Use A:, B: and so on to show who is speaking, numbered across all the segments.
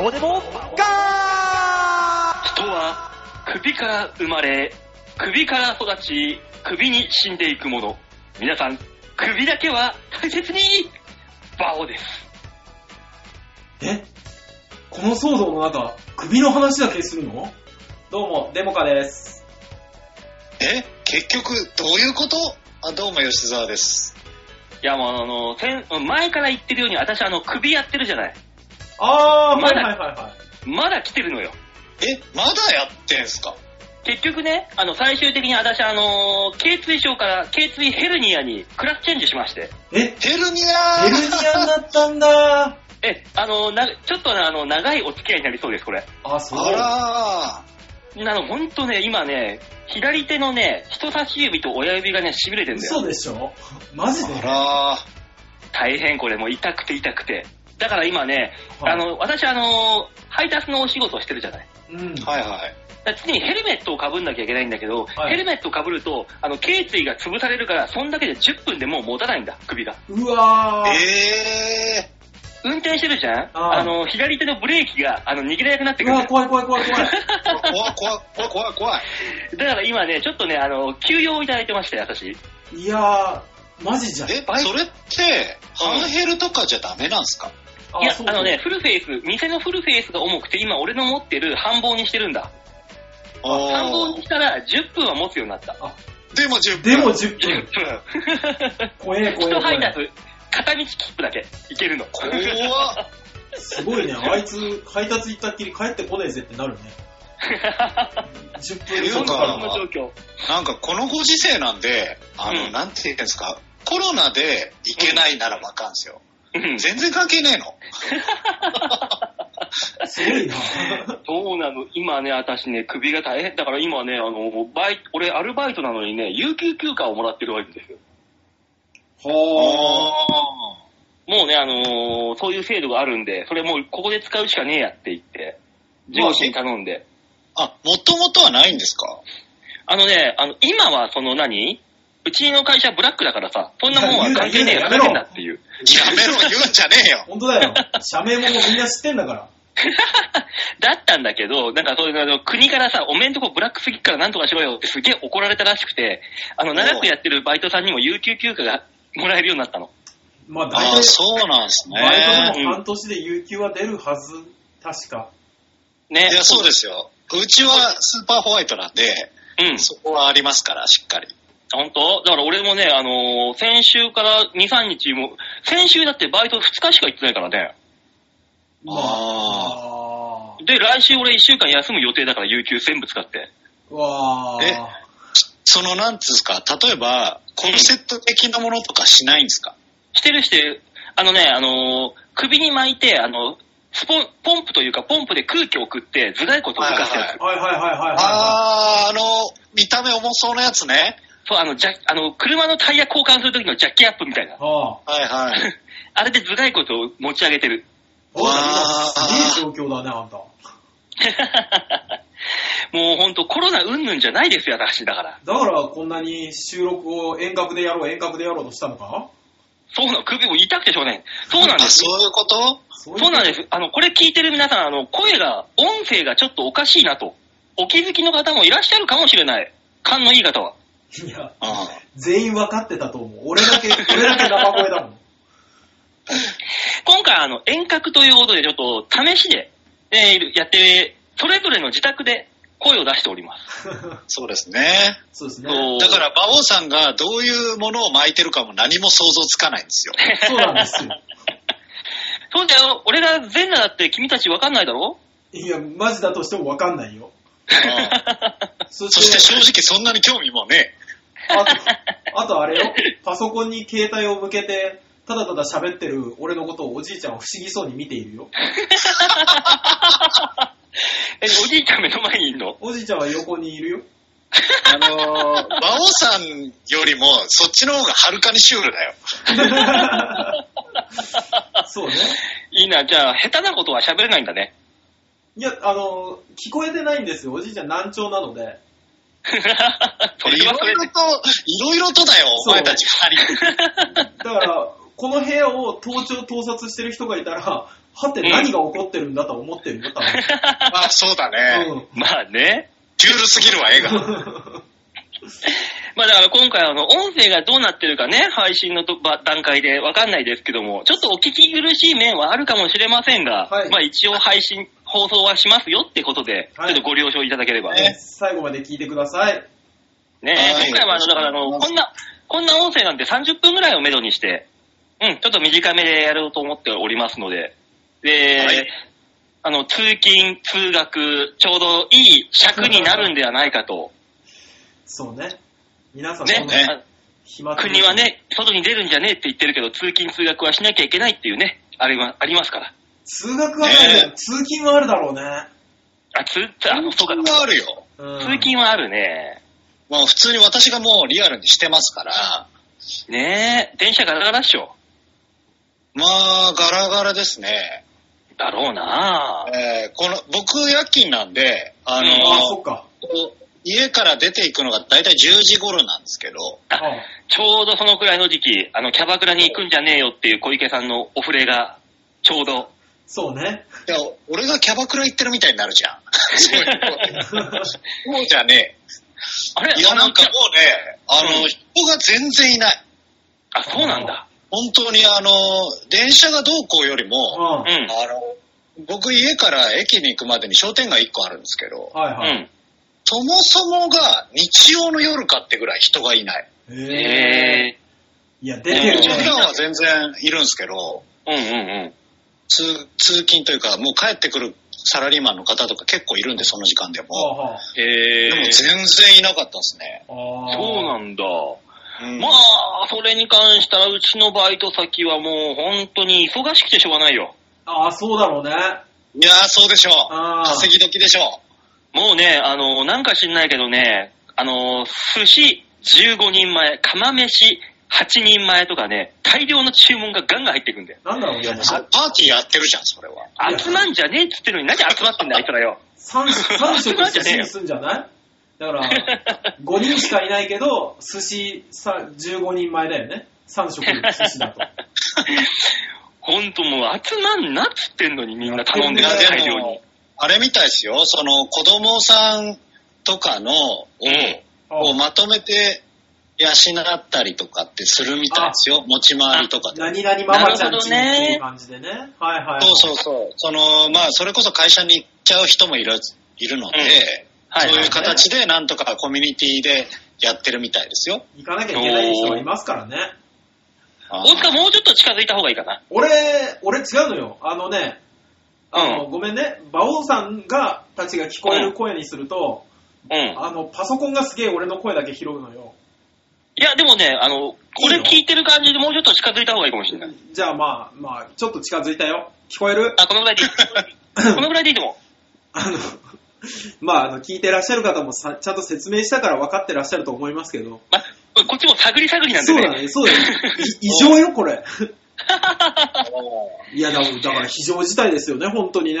A: オデボガ
B: 人は首から生まれ、首から育ち、首に死んでいくもの。皆さん、首だけは大切にバオです。
C: えこの騒動の中、首の話だけするの
D: どうも、デモカです。
E: え結局、どういうことあ、どうも吉沢です。
B: いや、もうあの、先前から言ってるように、私あの、首やってるじゃない。
D: あー、
B: ま
D: はい
B: だ
D: はいはいはい。
B: まだ来てるのよ。
E: え、まだやってんすか
B: 結局ね、あの、最終的に私あの、頚椎症から頚椎ヘルニアにクラスチェンジしまして。
C: え
E: ヘルニア
C: ヘルニアになったんだ
B: え、あの、な、ちょっとねあの、長いお付き合いになりそうです、これ。
C: あ、そう。
E: あ
B: なの、ほんとね、今ね、左手のね、人差し指と親指がね、痺れてんだよ。
C: 嘘でしょマジ
E: ら
C: で
E: ー。あらー。
B: 大変これ、もう痛くて痛くて。だから今ね、
C: はい
B: あの、私あの、配達のお仕事をしてるじゃない。
C: うん。
E: はいはい。
B: だから常にヘルメットをかぶんなきゃいけないんだけど、
C: はい
B: ヘルメットをかぶると、あの、頸椎が潰されるから、そんだけで10分でもう持たないんだ、首が。
C: うわー。
E: え
B: 運転してるじゃん
C: あー
B: あの、左手のブレーキが、あの、握れなくなって
C: う
B: くる
C: わ、。怖い怖い怖い怖い。
E: ー、怖い怖い怖い怖い怖い。
B: だから今ね、ちょっとね、あの、休養をいただいてまして、私。
C: いやー、マジじゃん。
E: え、それって、ハンヘルとかじゃダメなんすか
C: あ
B: いや
C: そ、う
B: あのね、フルフェイス、店のフルフェイスが重くて、今俺の持ってる半棒にしてるんだ。半棒
E: あ
B: にしたら10分は持つようになった。
E: ーでも10
C: で
E: 分。
C: も10
B: 10
C: 分。
B: 分。
C: 怖え怖え
B: 一
C: 怖
B: 配
C: え。
B: 達、片道切符だけ、いけるの。
E: 怖 っ。
C: すごいね。あいつ、配達行ったっきり帰ってこねえぜってなるね。10分以
B: そ
C: 上
B: ん
C: か
B: な
E: か
B: 感
C: か
B: じの
C: る。
B: 状況。
E: なんかこのご時世なんで、あの、
B: うん
E: なんて言うんですか、コロナで行けないならわかんすよ。
B: うん
E: 全然関係ねえの。
C: すごいな。
B: そうなの、今ね、私ね、首が大変、だから今ね、あの、バイト、俺、アルバイトなのにね、有給休暇をもらってるわけですよ。
C: は
B: もうね、あのーそういう制度があるんで、それもうここで使うしかねえやって言って、上司に頼んで。
E: あ、もともとはないんですか
B: あのね、あの、今はその何うちの会社ブラックだからさ、そんなもんは関係ねえよ、
C: い
B: や
C: や言う
B: めて
C: な言うんな
B: だっていう。
E: やめろ、言うんじゃねえよ
C: ー。。本当だよ。社名もみんな知ってんだから。
B: だったんだけど、なんかそういうあの、国からさ、おめんとこブラックすぎっからなんとかしろよってすげえ怒られたらしくて、あの、長くやってるバイトさんにも有給休暇がもらえるようになったの。
C: まあ大
E: あ
C: 体
E: あ、、そうなんですね。
C: バイトで
B: ね
C: も半年で有給は出るはず。確か。
B: ね。
E: いや、そうですよ。うちはスーパーホワイトなんで、
B: うん。
E: そこはありますから、しっかり。
B: 本当だから俺もね、あのー先週から2、3日も、先週だってバイト2日しか行ってないからね。
C: ま
E: あ
C: あ
B: で、来週俺1週間休む予定だから、有給全部使って。
C: ー。わ
E: え
C: あ。
E: その、なんつうんですか、例えば、コルセット的なものとかしないんですか、
B: してるして、あのね、あのー首に巻いて、あの、スポン、ポンプというか、ポンプで空気を送って、頭蓋骨を動かすやつ。
E: はい
C: はいはいはいは
E: はい
C: いは。。
E: ああ、あの、見た目重そうなやつね。
B: そう、あの、ジャッあの、車のタイヤ交換するときのジャッキアップみたいない
C: はあ。
E: はいはい。
B: あれで頭蓋骨を持ち上げてる。
C: お
E: あ
C: い
E: ー
C: すげえ状況だね、あんた。
B: もうほんと、コロナうんぬんじゃないですよ、私だから。
C: だからこんなに収録を遠隔でやろう、遠隔でやろうとしたのか
B: そうなの、首も痛くてしょうがない。そうなん
E: あ、
B: です。
E: そういうこと
C: そ
B: そうなんです。あの、これ聞いてる皆さん、あの、声が、音声がちょっとおかしいなと。お気づきの方もいらっしゃるかもしれない。勘のいい方は。
C: す。いや、
E: うん。
C: 全員分かってたと思う。俺だけ、俺だけ生声だもん。
B: 今回、あの、遠隔ということで、ちょっと、試しで、えーやって、それぞれの自宅で声を出しております。
E: そうですね。
C: そうですね。
B: そう
E: だから、馬王さんがどういうものを巻いてるかも何も想像つかないんですよ。
C: そうなんですよ。
B: そうだよ。俺が全裸だって君たちわかんないだろ
C: いや、マジだとしても分かんないよ。
E: うん
C: そ
E: そして正直そんなに興味もね
C: あ と、あとあれよ、パソコンに携帯を向けて、ただただ喋ってる俺のことをおじいちゃんは不思議そうに見ているよ。
B: え、おじいちゃん目の前にいるの
C: おじいちゃんは横に いるよ。
E: あのー、馬王さんよりも、そっちの方がはるかにシュールだよ。
C: そうね。
B: いいな、じゃあ、下手なことは喋れないんだね。
C: いや、あの、聞こえてないんですよ。おじいちゃん難聴なので。
B: それはそれ
E: いろいろと、いろいろとだよ、お前たち二人。
C: だから、この部屋を盗聴盗撮してる人がいたら、はて何が起こってるんだとは思ってるよ、多
E: まあそうだね。
C: 分。
B: まあね。
E: ジュールすぎるわ、絵が。
C: うん。
B: まあだから今回あの、音声がどうなってるかね、配信のとば段階でわかんないですけども、ちょっとお聞き苦しい面はあるかもしれませんが、
C: はい
B: まあ一応配信、放送はしますよってことで、
C: はい
B: ちょっとご了承いただければ。
E: ね
C: 最後まで聞いてください。
B: ね
E: はい
B: 今回はあの、だからあの、こんな、こんな音声なんて30分ぐらいをめどにして、うん、ちょっと短めでやろうと思っておりますので、で、
E: はい
B: あの、通勤、通学、ちょうどいい尺になるんではないかと、
C: そうね。皆さん、
B: ね
C: そんな
E: ね
C: 暇つぶ
B: 国
C: し
B: は。ね、外に出るんじゃねえって言ってるけど、通勤、通学はしなきゃいけないっていうね、あれはありますから。
C: 通学はないけど、
E: ね
C: 通勤はあるだろうね。
B: あ、通、あの、そうか、
E: はあるよ。
C: うん
B: 通勤はあるね。
E: まあ普通に私がもうリアルにしてますから、
B: ねえ、電車ガラガラっしょ。
E: まあガラガラですね。
B: だろうなぁ。
E: えーこの、僕夜勤なんで、あの
B: うん
C: ああ、そっか。
E: こう家から出ていくのが大体10時頃なんですけど、
C: ああ
B: ちょうどそのくらいの時期、あの、キャバクラに行くんじゃねえよっていう小池さんのお触れが、ちょうど。
C: そうね。
E: いや、俺がキャバクラ行ってるみたいになるじ ゃん。そういうことそうじゃね
B: あれ
E: え。いや、
B: あの
E: なんかもうね、あ
B: う
E: の、
B: ん
E: 人が全然いない。
B: あ、そうなんだ。
E: 本当にあの、電車がどうこうより
C: うん。
E: も、
B: うん
C: は。
E: あの、僕家から駅に行くまでに商店街1個あるんですけど
C: い、は
B: う
C: い。
B: ん。
E: そもそもが日曜の夜かってぐらい人がいない。
C: え。
B: え
C: いや、出
E: 普
C: てる
B: えー
E: 段
C: ね。
E: は全然いるんですけど、
B: ー。うんうんうん。
E: 通通勤というか、もう帰ってくるサラリーマンの方とか結構いるんで、その時間で
C: はあ
E: も。
C: はあ
B: え
E: でも全然いなかったですね。
C: ああ
B: そうなんだ。
E: うん
B: まあ、それに関したら、うちのバイト先はもう本当に忙しくてしょうがないよ。
C: ああ、そうだろうね。
E: いやー、そうでしょう。
C: ああ。
E: 稼ぎ時でしょ
B: もうね、あの、なんか知んないけどね、あの、寿司15人前、釜飯8人前とかね、大量の注文がガンガン入ってくんだよ。
C: なんだろう
E: う。いや、も
C: ね
E: う。それパーティーやってるじゃん、それは。
B: 集まんじゃねえっつってのに、何集まってんだ、あいつらよ。
C: 三三食寿司にすんじゃないだから、5人しかいないけど、寿司さ15人前だよね。3食寿司だと。
B: ほんともう集まんなっつってんのにみんな頼んでる
C: いやでも
B: 大量に。
E: あれみたいですよ。その、子供さんとかの、を
B: うん
E: をまとめて養ったりとかってするみたいですよ。持ち回りとかで。
C: 何々ママちゃんちって
B: なるほどね
C: いう感じでね。はいはい。
E: そうそうそう。その、まあ、それこそ会社に行っちゃう人もいる、いるので、
B: うんはい
E: そういう形でなんとかコミュニティでやってるみたいですよ。
C: 行かなきゃいけない人がいますからね。
B: 大塚もうちょっと近づいた方がいいかな。
C: 俺、俺違うのよ。あのね、あの、ごめんね。馬王さんが、たちが聞こえる声にすると、
B: うん。
C: あの、パソコンがすげえ俺の声だけ拾うのよ。
B: いや、でもね、あの、これ聞いてる感じでもうちょっと近づいた方がいいかもしれない。
C: じゃあまあ、まあ、ちょっと近づいたよ。聞こえる
B: あ、このぐらいでい い。このぐらいでいいと思う。
C: あの、まあ、あの、聞いてらっしゃる方もさ、ちゃんと説明したから分かってらっしゃると思いますけど。
B: まあ、こっちも探り探りなんで
C: そう
B: ね。
C: だね、そうだね。 い異常よ、これ。
E: あ
C: いや、だから、だから非常事態ですよね、本当に
B: ね
C: ね。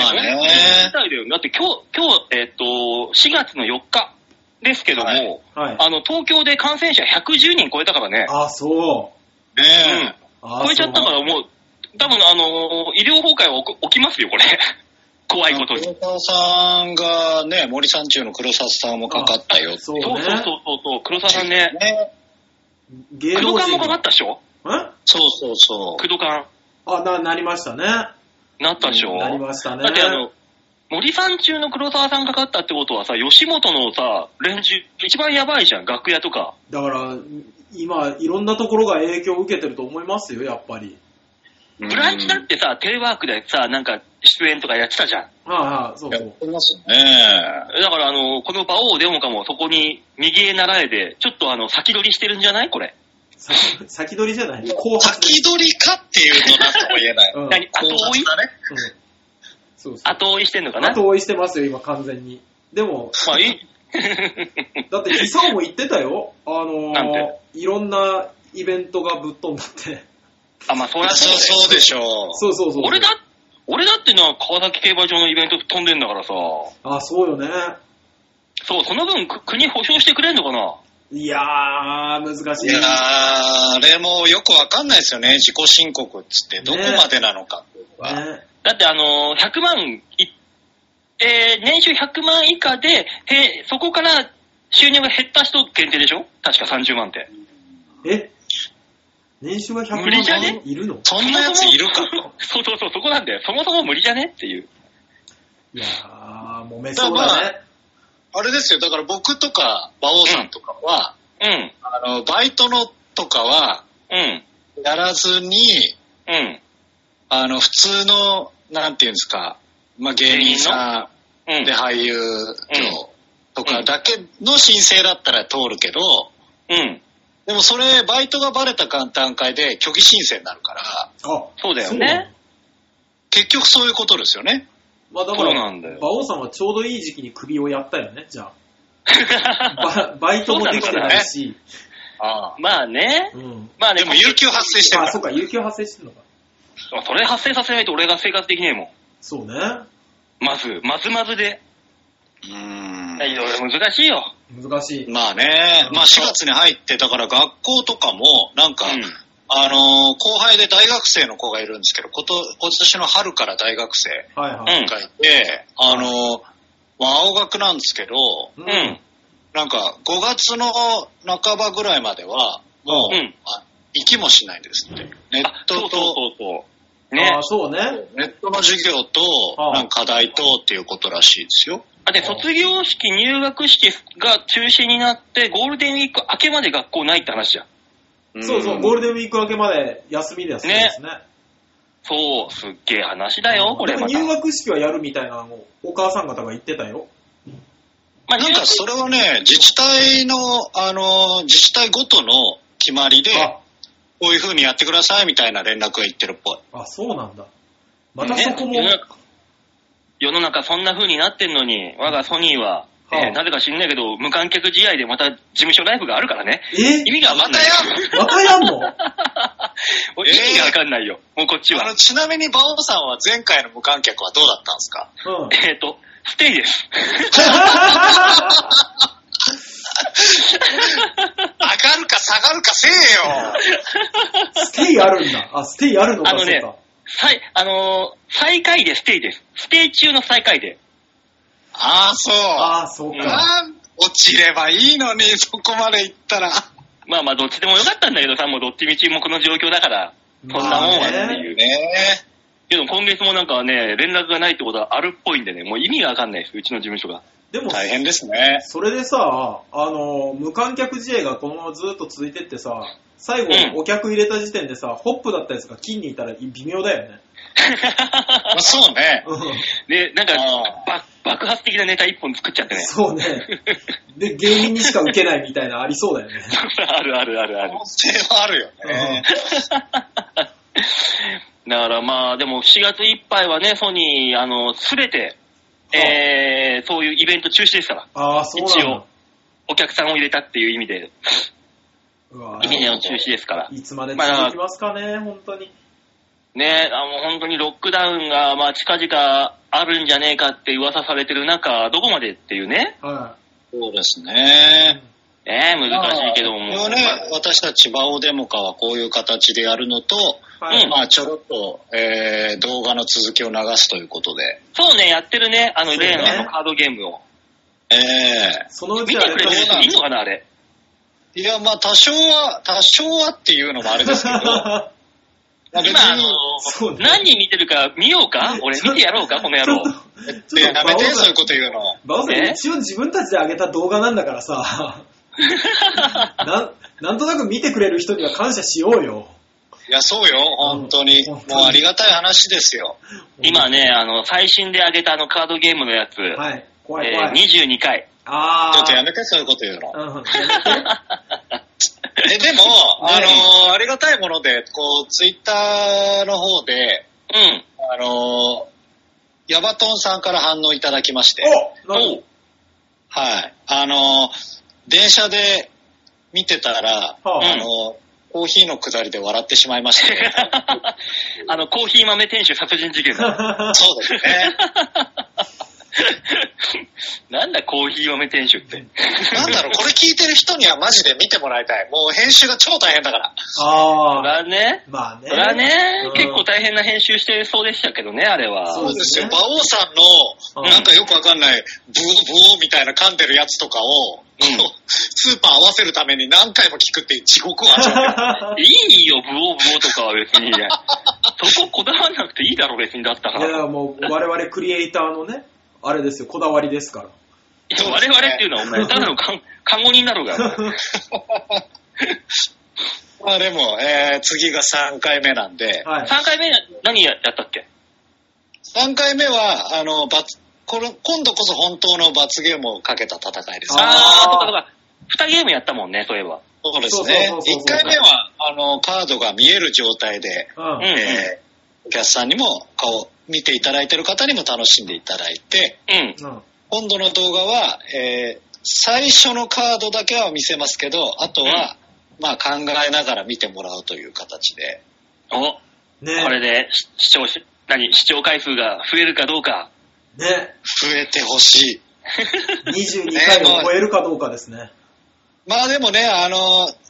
E: まあね
B: みたいだよ。だって今日、今日、えっ、と、4月の4日ですけども、
E: はい
C: はい。
B: あの、東京で感染者110人超えたからね、
C: あ、そう。
E: ーねえ。
C: あ
B: 超えちゃったか
C: そう
B: らもう、多分あの、医療崩壊は起こ起きますよ、これ。 怖いことに。
E: 黒沢さんがね、森三中の黒沢さんもかかったよ。
C: そう
B: そうそうそうそ
C: ね。
B: うそう、黒沢さんね。
E: ね。
C: 芸
B: 工
C: 能
B: 藤館
C: 人
B: も
C: の。
B: かかったでしょ
C: ん
E: そうそうそ
B: 工藤館。
C: あ、な、なりましたね。
B: なったでしょ、
C: なりましたね。
B: だってあの、森さん中の黒沢さんかかったってことはさ、吉本のさ、連中、一番やばいじゃん、楽屋とか。
C: だから、今、いろんなところが影響を受けてると思いますよ、やっぱり。
E: う。
B: ブランチだってさ、テレワークでさ、なんか出演とかやってたじゃん。
C: はいはい、そう
E: や
C: そ
E: っ
C: う。
E: てますね。
B: だからあの、この馬王デモかもそこに右へ習えで、ちょっとあの、先取りしてるんじゃないこれ。
C: 先先取りじゃない後発で
E: 先取りかっていうとなんとも言えない。
C: うんうん
B: 何後追い
E: だね。
C: そうそう。
B: 後追いしてんのかな
C: 後追いしてますよ、今、完全に。でも、
B: まあ、い い。
C: だって、ヒサオも言ってたよ。あの
B: なん
C: ー
B: て、
C: いろんなイベントがぶっ飛んだって。
B: あ、まあ、そりゃ
E: そ
B: そううだよ
E: そうでしょう。
C: そうそうそう。
B: 俺だ、俺だってな、川崎競馬場のイベント飛んでんだからさ。
C: あ、そうよね。
B: そう、その分く国保証してくれんのかな
C: いやー、難し
E: い
C: い。
E: やー、あれもよくわかんないですよね。自己申告っつって、どこまでなのかっていうのは。
C: ね
B: だってあのー、100万い、えー年収100万以下で、へそこから収入が減った人限定でしょ確か30万って。
C: え年収が100
B: 無理じゃね
C: 万いるの
E: そんなやついるかと。
B: そうそうそう、そこなんだよ。そもそも無理じゃねっていう。
C: いやー、揉めそうだね。
E: あれですよ、だから僕とか、馬王さんとかは、
B: うん、
E: あの、バイトのとかは、
B: うん、
E: やらずに、
B: うん、
E: あの、普通の、なんていうんですか、まあ、芸人さ
B: うんん
E: で。俳優業とかだけの申請だったら通るけど、
B: うん、
E: でもそれ、バイトがバレた段階で虚偽申請になるから、
C: あ、
B: そうだよ
C: そうな
B: ね
C: の。
E: 結局そういうことですよね。
C: まあだ
B: そ
C: か
B: う
C: ら、
B: なんだよ。
C: 馬王さんはちょうどいい時期に首をやったよね、じゃあ。ババイトもできてないし。
E: あ
B: まあね。
C: うん。
B: まあね、
E: でも、有給発生してる
C: あ、
E: か
C: そっ。
E: ら
C: か、有給発生してるのか。
B: あそれ発生させないと俺が生活できねえも
C: そうね。
B: ん。まず、まずまずで。
E: うーん
B: いろいろ難しいよ。
C: 難しい。
E: まあね
C: う、ん
E: まあ4月に入って、だから学校とかも、なんか、
B: うん
E: あのー後輩で大学生の子がいるんですけど、こと今年の春から大学生
C: はいはい。
E: がいて、あのーまあ青学なんですけど、
C: う
B: うん。
E: なんか5月の半ばぐらいまでは、もう、
B: うん
E: あ行きもしないですって。ネッ
B: あ、そ
E: ト
B: うそう
E: と、
B: そうそう。ね
C: あ。ーそうね。
E: ネットの授業と、
C: ああ
E: なんか課題とっていうことらしいですよ。
B: あで、
C: あー
B: 卒業式、入学式が中止になって、ゴールデンウィーク明けまで学校ないって話じゃん。
C: そうそう、
E: ん
C: ゴールデンウィーク明けまで休みですですね。
B: そう、すっげえ話だよ、これ
C: でも
B: また。
C: 入学式はやるみたいなのをお母さん方が言ってたよ。
B: まあ、
E: なんかそれはね、自治体の、あの、自治体ごとの決まりで、
C: あ、
E: こういう風にやってくださいみたいな連絡がいってるっぽい。
C: あ、そうなんだ。またそこも、
B: ね世の中そんな風になってんのに、我がソニーは、えー
C: はあ
B: なぜか知んないけど、無観客試合でまた事務所ライブがあるからね。
C: え
B: 意味がわかんない。
C: またやんの
B: もう意味がわかんないよ、もうこっち
E: あ
B: は
E: の。ちなみに、馬王さんは前回の無観客はどうだったんですか
C: うん。
B: えっ、ー、と、ステイです。
E: 上がるか下がるかせえよ
C: ステイあるんだ。あ、ステイあるのか、
B: あのね
C: そうか。
B: 最、あのー最下位でステイです。ステイ中の最下位で。
E: ああ、そう。
C: ああ、そうか。
E: あー落ちればいいのに、そこまで行ったら。
B: まあまあ、どっちでもよかったんだけどさ、もうどっちみちもこの状況だから、そんなもんはっていう。
E: ね
B: けど今月もなんかね、連絡がないってことはあるっぽいんでね、もう意味がわかんないです、うちの事務所 が。
C: で
E: え
C: も、
E: 大変ですね。
C: それでさ、あの、無観客試合がこのままずっと続いてってさ、最後
B: うん
C: お客入れた時点でさ、ホップだったやつが金にいたら微妙だよね。
E: まあ、そうね。
C: うん
B: ね、なんか
E: あ、
B: ば爆発的なネタ一本作っちゃってね。
C: そうね。で、芸人にしか受けないみたいなありそうだよね。
B: あるあるあるあ
E: 可
B: る。
E: 能性はあるよ ね。
B: だからまあ、でも4月いっぱいはね、ソニー、あの、すべて、
C: はあ
B: えー、そういうイベント中止ですから、
C: ああ、そうなん
B: 一
C: だ
B: 応。お客さんを入れたっていう意味で、
C: うわ
B: イベントの中止ですから。
C: いつまで続きますかね、本当に。
B: ね、あの、本当にロックダウンが、まあ、近々あるんじゃねえかって噂されてる中、どこまでっていうね。
C: は
E: そうです
C: い。
E: ね。
B: ね、難しいけども。
E: まあこれはね、私たちバオデモカはこういう形でやるのと、
C: はい。
B: うん
E: まあちょろっと、えー動画の続きを流すということで。
B: そうね、やってるね、あの、
C: そうね
B: 例のあのカードゲームを。
E: え
C: そのう
B: 見て
C: ちあ
B: く
C: れ
B: れ
C: と
B: てる
E: ど
B: 人
E: うなの
B: いんのかな、あれ。
E: ーいや、まあ多少は、多少はっていうのもあれですけど、 まあ別
B: 今、あの
E: に、
C: そう、ね
B: 何人見てるか見ようか俺見てやろうかこの野郎。
E: いややめて、
C: 馬王さん
E: そういうこと言うの。
C: バオさん、
B: ね
C: 一応自分たちで上げた動画なんだか らさ、なんなんとなく見てくれる人には感謝しようよ。
E: いや、そうよ、本当に。
C: うん
E: も
C: 本
E: う
C: 当に
E: ありがたい話ですよ。
B: 今ね、あの、最新で上げたあのカードゲームのやつ、
C: はい、怖い
B: え
C: 怖
B: ー
C: い。
B: 22回。
C: あ
E: ちょっとや
C: ー
E: めて、そういうこと言うの。
C: うんやめて。
E: え、でも、あ
C: はい
E: のーありがたいもので、こう、ツイッターの方で、
B: うん。
E: あのーヤバトンさんから反応いただきまして、
C: おなん
B: お
E: はい。あのー電車で見てたら、
C: はあ
E: あのーコーヒーの下りで笑ってしまいまして、
B: あの、コーヒー豆店主殺人事件だ。
E: そうですね。
B: なんだコーヒー豆店主って。
E: なんだろう、これ聞いてる人にはマジで見てもらいたい。もう編集が超大変だから。
B: そ
C: ああ、
B: らね、
C: まあね。
B: そらね
C: うん、
B: 結構大変な編集してそうでしたけどね、あれは。
C: そうですね
E: 馬王さんの、
C: うん
E: なんかよくわかんない、ブーブーみたいな噛んでるやつとかを、
B: うん
E: スーパー合わせるために何回も聞くっていう地獄を 味わう。
B: いいよ、ブオブオとかは別に。そここだわんなくていいだろ、別にだったか
C: い
B: ら。
C: や、もう我々クリエイターのね、あれですよ、こだわりですから。
E: そう
B: 我々っていうのはお前、ただの看看護人だろうが。
E: まあでも、えー次が3回目なんで、
C: はい。
B: 3回目何やったっけ
E: 3回目は、あの、罰、これ、今度こそ本当の罰ゲームをかけた戦いですね。
C: あ
B: あ
C: ー
B: ー、とかとか。2ゲームやったもんね、そういえば。
E: そうですね。
C: そうそうそうそう
E: 1回目は、あの、カードが見える状態で、
C: う
B: うんん。う
E: えーお客さんにも顔、見ていただいてる方にも楽しんでいただいて、
B: ん。
C: うん。
E: 今度の動画は、えー最初のカードだけは見せますけど、あとは、まあ考えながら見てもらうという形で、
B: お、これ
C: ね
B: でし視聴し、何、視聴回数が増えるかどうか。
C: ね
E: 増えてほしい。
C: 22回を超えるかどうかですね。
E: まあでもね、あの、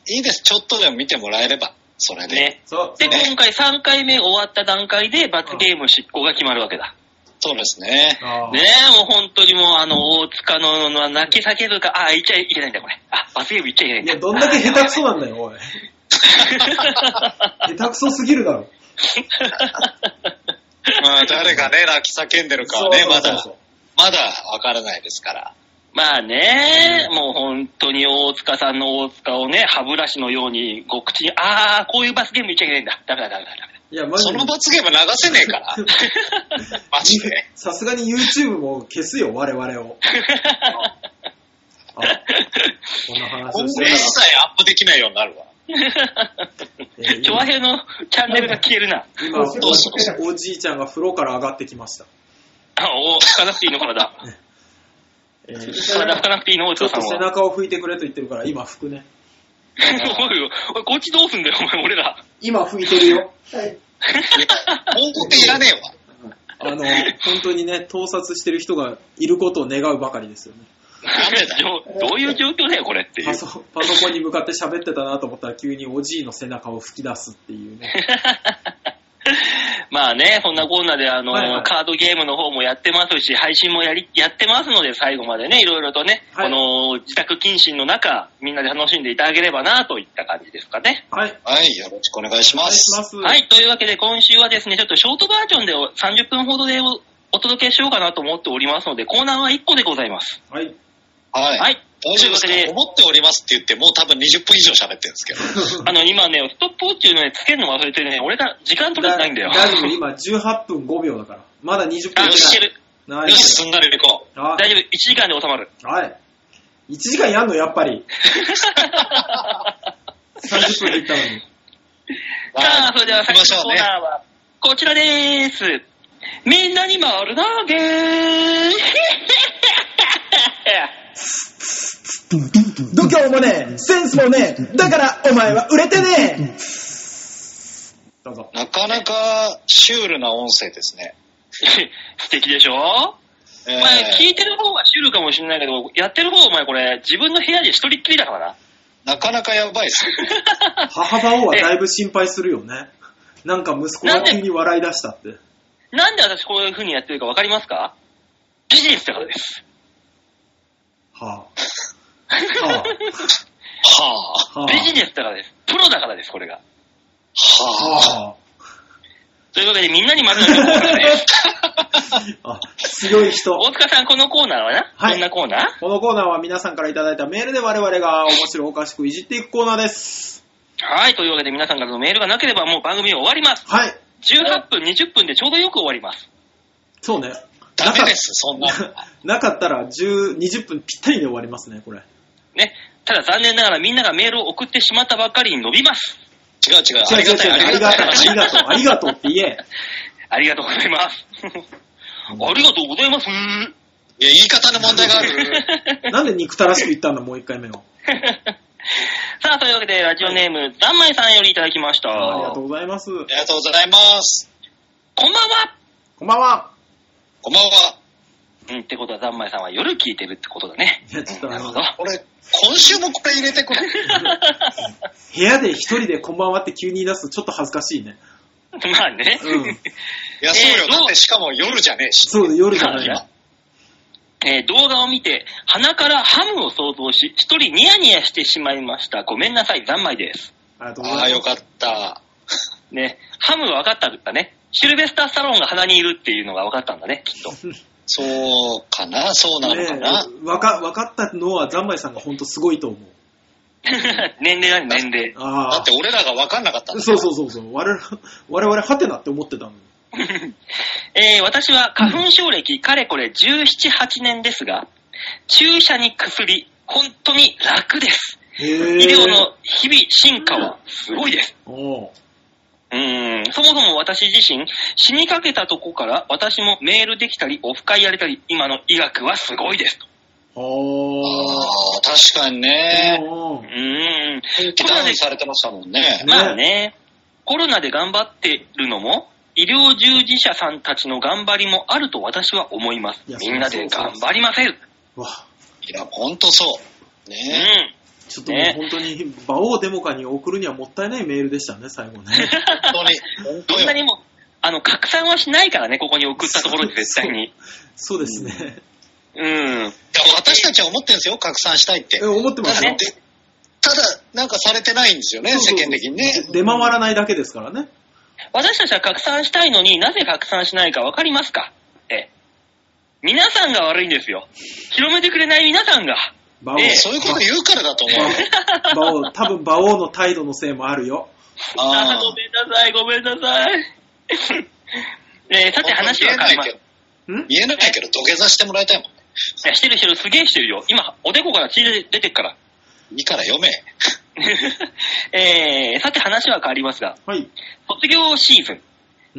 E: いいです。ちょっとでも見てもらえれば、それで。
B: ね。
C: そう、そ
B: で、
C: う。
B: 今回3回目終わった段階で罰ゲーム執行が決まるわけだ。
E: そうですね。
C: あー
B: ねえ、もう本当にもう、あの、大塚の、の泣き叫ぶか、あ、言っちゃいけないんだ、これ。あ、罰ゲーム言っちゃいけないん
C: い
B: だ。
C: や、どんだけ 下手くそ なんだよ、おい。下手くそすぎるだろ。
E: まあ誰がね、泣き叫んでるかはね、まだ
C: そう、
E: まだわからないですから。
B: まあね、もう本当に大塚さんの大塚をね、歯ブラシのように、ご口に、あー、こういう罰ゲーム言っちゃいけないんだ。ダメだ、ダメだ、ダメだ。
C: いや、マジ
E: そ
C: で
E: の。罰ゲーム流せねえから。マジで。
C: さすがに YouTube も消すよ、我々を。ああこんな話
E: 今
C: を
E: 後
C: して
E: 一切アップできないようになるわ。
C: たら、えー
B: 調和兵のチャンネルが消えるな。
C: 今、
E: どうしよ
C: おじいちゃんが風呂から上がってきました。
B: あ、お、拭かなくていいの、体。
C: えー
B: 体拭かなくていいの、大
C: ちょ
B: 塚
C: っ
B: さん
C: と
B: は。
C: 背中を拭いてくれと言ってるから、今拭くね。
B: おいおいおいこっちどうすんだよ、お前、俺ら。
C: 今拭いてるよ。
E: 文句っていらねえ
C: あ
E: わ。
C: の、本当にね、盗撮してる人がいることを願うばかりですよね。
E: ダメだよ。
B: どうどういう状況だよ、これっていう
C: パ。ソパソコンに向かって喋ってたなと思ったら急におじいの背中を吹き出すっていうね。
B: まあね、そんなコーナーで、あの、
C: はいはい
B: カードゲームの方もやってますし、配信もやり、やってますので、最後までね、いろいろとね、
C: はい
B: この自宅謹慎の中、みんなで楽しんでいただければな、といった感じですかね。
C: はい。
E: はい、よろしくお願いし
C: お願
E: ま
C: いし
E: す
C: ま。す。
B: はい、というわけで今週はですね、ちょっとショートバージョンでお30分ほどでおお届けしようかなと思っておりますので、コーナーは1個でございます。
C: はい。
E: はい。
B: はい
E: 大丈夫ですか
B: というわけで
E: 思っておりますって言って、もう多分20分以上喋ってるんですけど。
B: あの、今ね、ストップウォッチをね、つけるの忘れてね、俺が時間取れてないんだよ。
C: 大丈夫、今18分5秒だから。まだ20分いって
B: あ、
C: ない
B: いける。
C: ナイ
E: よし、
C: ス
E: すんなり行こう。
C: あ
B: 大丈夫。1時間で収まる。
C: はい。1時間やんの、やっぱり。30分で行ったのに。
B: さあ、それでは
E: 行き
B: 最
E: ま
B: 初
E: し
B: の
E: ょう
B: コー
E: ね。
B: ナーは、こちらでーす。みんなに丸投げー
A: 度胸もねえセンスもねえだからお前は売れてねえ
C: どうぞ。
E: なかなかシュールな音声ですね。
B: 素敵でしょ
E: え
B: お前、
E: ー
B: 聞いてる方はシュールかもしれないけど、やってる方はお前これ、自分の部屋で一人っきりだからな。
E: なかなかやばいですね。
C: 母馬王はだいぶ心配するよね。なんか息子が急に笑い出したって。
B: なんで私こういう風にやってるかわかりますかビジネスだからです。
C: はぁ、は
E: はあ。
C: ぁ、はぁ、
B: ビジネスだからです。プロだからです、これが。
C: は
E: はあ。
B: というわけで、みんなに丸投げのコーナーです。
C: ぁ、 あ、強い人。
B: 大塚さん、このコーナーはな、
C: はい
B: どんなコーナー
C: このコーナーは皆さんからいただいたメールで我々が面白おかしくいじっていくコーナーです。
B: はい、というわけで皆さんからのメールがなければもう番組は終わります。
C: はい。
B: 18分、20分でちょうどよく終わります。
C: そうね。
E: ダメです、そんな。
C: なかったら10 20分ぴったりで終わりますね、これ。
B: ね。ただ残念ながらみんながメールを送ってしまったばっかりに伸びます。
E: 違う
C: 違
E: 違う。あ
C: う
E: り
C: 違う
E: がた
C: 違
E: い、
C: う。
E: あ
C: あ
E: り
C: り
E: が
C: がとう、ありが
E: たい。
C: とう、ありがとうって言え。
B: ありがとうござい ます。ありがとうございます。
E: いや、言い方の問題がある。
C: なんで憎たらしく言ったんだ、もう一回目を。
B: さあ、というわけでラジオネーム、ざんまいさんよりいただきました。
C: ありがとうございます。
E: ありがとうございます。
B: こんばんは。
C: こんばんは。
E: こんばんは。
B: うん、ってことは、ざんまいさんは夜聞いてるってことだ ね。
C: いやちょっ
B: う
C: と
B: んな
C: あ
B: る
C: の
B: ほど。
E: 俺、今週もこれ入れて くる。
C: 部屋で一人でこんばんはって急に言い出すとちょっと恥ずかしいね。
B: まあね。
C: うん。
E: いや、そう
B: えー
E: よ。だってしかも夜じゃねえし。
C: そう、夜じゃ
B: まあ
C: ない
B: ね えー動画を見て、鼻からハムを想像し、一人ニヤニヤしてしまいました。ごめんなさい、ざんまいです。
C: ありがとうご
E: ああ、
C: ざい
E: よ
C: ま
E: かった。
B: ね、ハムは分かったんだね。シルベスター・スタローンが鼻にいるっていうのが分かったんだね、 きっと。
E: そうかな、そうなの
C: す。
E: か
C: ね
E: な。
C: えわか、わかったのは、ざんまいさんが本当すごいと思う。
B: 年齢なんで年齢。
C: あ
E: だっ
C: あ
E: て。俺らが分かんなかったんだ
C: そうそうそうそう。我々、我々、ハテナって思ってたのに。
B: えー私は花粉症歴、かれこれ17、8年ですが、注射に薬、本当に楽です。
C: へ
B: 医療の日々進化はすごいです。
C: おう
B: うーん、そもそも私自身、死にかけたとこから私もメールできたり、オフ会やれたり、今の医学はすごいですと。
C: は
E: ああ、確かに
C: あ。
E: ね。
C: おう
B: うーん、コロ
E: ダ
B: ナ
E: ウ
B: で
E: ン、されてましたもんね。
B: まあね、コロナで頑張ってるのも、医療従事者さんたちの頑張りもあると私は思います
C: い。や
B: みんな
C: そ
B: で
C: うそうそう
B: 頑張りません。
C: うわ
E: いや、ほんとそう。
B: う
E: ね
B: ん。
C: ちょっともう本当に、馬王デモカに送るにはもったいないメールでしたね、最後ね。
E: 本当に。本当
B: そんな
E: よ。
B: にも、あの、拡散はしないからね、ここに送ったところで絶対に。
C: そうですね。
B: うん。
E: いや私たちは思ってるんですよ、拡散したいって
C: え。思ってま
E: た
C: す
E: だ
C: よ
B: ね。、
E: ただ、なんかされてないんですよね、
C: そうそう
E: 世
C: そう
E: 間的にね。
C: 出回らないだけですからね。
B: 私たちは拡散したいのになぜ拡散しないかわかりますかええ。皆さんが悪いんですよ。広めてくれない皆さんが。
C: 馬王、
B: ええ
E: そういうこと言うからだと思 う。
C: 馬王、多分馬王の態度のせいもあるよ。
E: あ
B: あ
E: あ
B: ーごめんなさい、ごめんなさい。 えーさて話は変わります。い
C: ん
E: 言えないけど、言えないけど土下座してもらいたいもんね。
B: や、してるしてる、すげえしてるよ。今、おでこから血で出てっから。
E: いいから読め。
B: えーさて話は変わりますが、
C: はい。
B: 卒業シーズン。
C: うん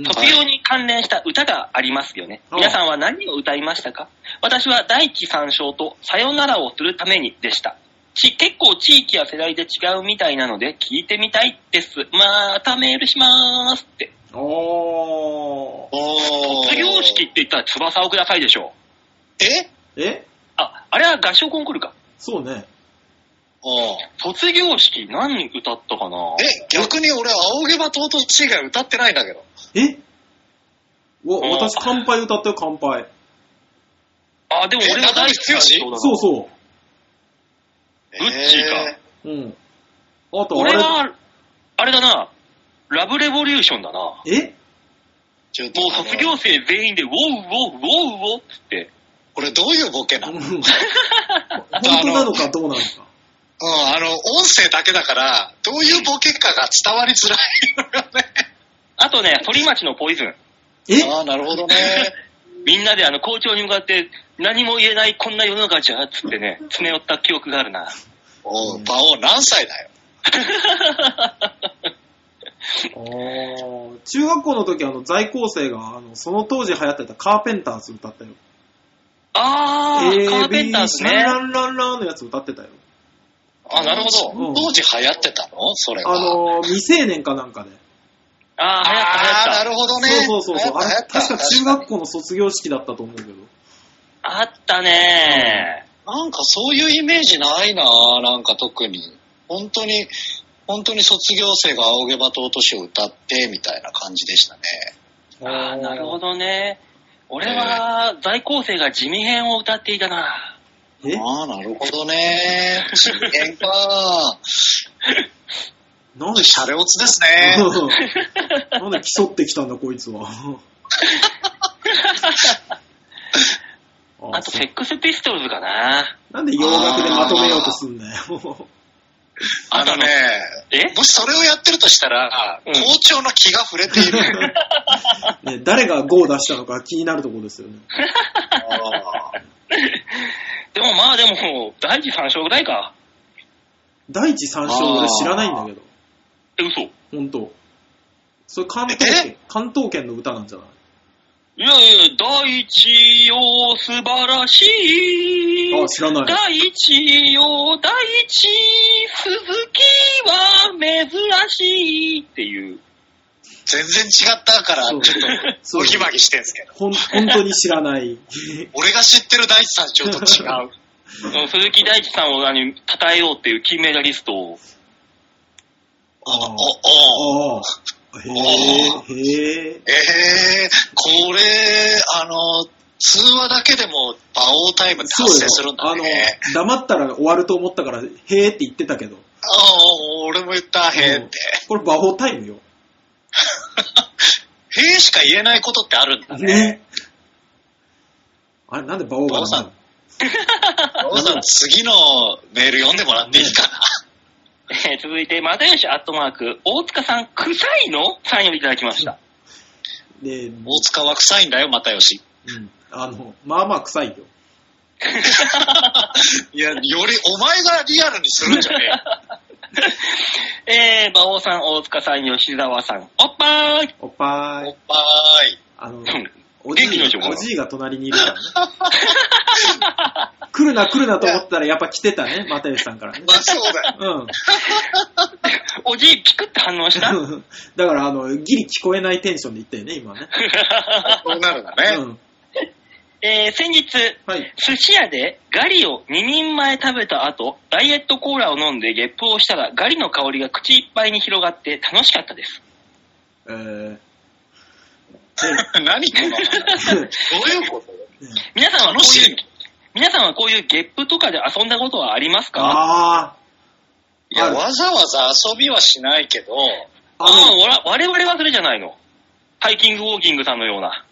B: 卒業に関連した歌がありますよね。
C: うん
B: 皆さんは何を歌いましたか私は第一三章とさよならをするためにでした。ち結構地域や世代で違うみたいなので聞いてみたいです。またメールしまーすって。
C: おー。
E: おー
B: 卒業式って言ったら翼をくださいでしょう。
E: え
C: え
B: あ、あれは合唱コンクールか。
C: そうね。
E: おー
B: 卒業式何歌ったかな
E: え、逆に俺、青毛羽尊氏以外歌ってないんだけど。
C: えわ
B: うん
C: 私、乾杯歌ったよ、乾杯。
B: あ、でも俺が第一三章だな。
C: そうそ
B: グッチーか
E: え
C: う。うん。あと、あ
B: 俺
C: れ、
B: は、あれだな、ラブレボリューションだな。
C: え
E: ーちょっと
B: もう卒業生全員で、ウォウウォウウォウウォウ って。
E: これどういうボケな
C: う
E: の
C: ん本当なのかどうなのか。
E: うん、あの、音声だけだから、どういうボケかが伝わりづらいのよね。
B: あとね、鳥町のポイズン。
C: え
E: ああ、なるほ どね。
B: みんなであの校長に向かって、何も言えないこんな世の中じゃ、つって ね、詰め寄った記憶があるな。
E: おう、馬王何歳だよ。
C: あー中学校の時あの在校生があのその当時流行ってたカーペンターズ歌ったよ。
B: あー、カーペンターズ
C: AB
B: ね。
C: ランランランのやつ歌ってたよ。
B: あ、なるほど。
C: うん
E: 当時流行ってたのそれが。
C: あのー、未成年かなんかで。
B: あー、流行った流行
E: あー
B: っ
E: な
B: た。
E: るほどね。
C: そうそうそうそう。あ
E: 流
C: れ
E: 行っ、た
C: 確
E: 流
C: か
E: 行った
C: 中学校の卒業式だったと思うけど。
B: あったね
E: なんかそういうイメージないなぁなんか特に。本当に、本当に卒業生が青毛羽と落としを歌って、みたいな感じでしたね。
B: あー、なるほ
C: ど。
B: どね。俺は、在校生が地味編を歌っていたな。
C: え
E: ああ、なるほどね。真剣か
C: なんで、
E: シャレオツですね。
C: なんで競ってきたんだ、こいつ は。
B: あと、セックスピストルズかな。
C: なんで洋楽でまとめようとすんだよ。
E: あのね、
B: え
E: もしそれをやってるとしたら、
B: うん
E: 校長の気が触れている。
C: ね、誰が5を出したのか気になるところですよね。
E: あー
B: でもまあでも、第一三章ぐらいか。
C: 第一三章俺知らないんだけど。
B: え、嘘。
C: 本当。それ関東圏、関東圏の歌なんじゃない
B: いやいや、大地よ、素晴らしい。
C: あ知らない
B: 大地よ、大地、鈴木は珍しいっていう。
E: 全然違ったから、ちょっと、
C: そう
E: おぎまぎしてんすけど。
C: ほん、本当に知らない。
E: 俺が知ってる大地さんちょっと違う。
B: うん鈴木大地さんを何、称えようっていう金メダリストを。
E: お、お、
C: あ
E: お、
C: あ。へえ、へえ。
E: ええこれ、あの、通話だけでも、馬王タイムって
C: そう
E: 発
C: よ
E: 生するんだ
C: あの
E: ね。、
C: 黙ったら終わると思ったから、へえって言ってたけど。
E: ああ、俺も言った、へえって。
C: これ、魔法タイムよ。
E: へえしか言えないことってあるんだね。
C: ね。あれ、なんで馬王が
E: 馬王さん、馬王さん、次のメール読んでもらっていいかな。
B: えー続いて、又吉アットマーク、大塚さん、臭いのさんよりいただきました。
C: で、うん、
E: 大塚は臭いんだよ、又吉。
C: あの、まあまあ臭いよ。
E: いや、よりお前がリアルにするんじゃねえよ。
B: えー、馬王さん、大塚さん、吉沢さん、おっぱーい
C: おっぱ
E: お
C: い
E: っ。ぱーい。
C: あの、
B: うん
C: おじい
B: 元気の人も、
C: おじいが隣にいるからね。 来るな来るなと思ったら、やっぱ来てたね、又吉さんからね。
E: まあそうだよ。
C: うん。
B: おじい、ピクって反応した
C: だから、あの、ギリ聞こえないテンションで言ったよね、今ね。
E: そうなるんだね。
C: うん。
B: えー、先日、
C: はい。
B: 寿司屋でガリを2人前食べた後、ダイエットコーラを飲んでゲップをしたら、ガリの香りが口いっぱいに広がって楽しかったです。
C: えー、
E: 何この話どういうこと
B: 皆さんはこ
E: 楽
B: う
E: し
B: いう
E: い、
B: 皆さんはこういうゲップとかで遊んだことはありますかあ
C: あ
E: いや、
C: ある
E: わざわざ遊びはしないけど、
C: あ、あ
B: あー、
C: の、
B: わら我々はそれじゃないの。ハイキングウォーキングさんのような。
E: あ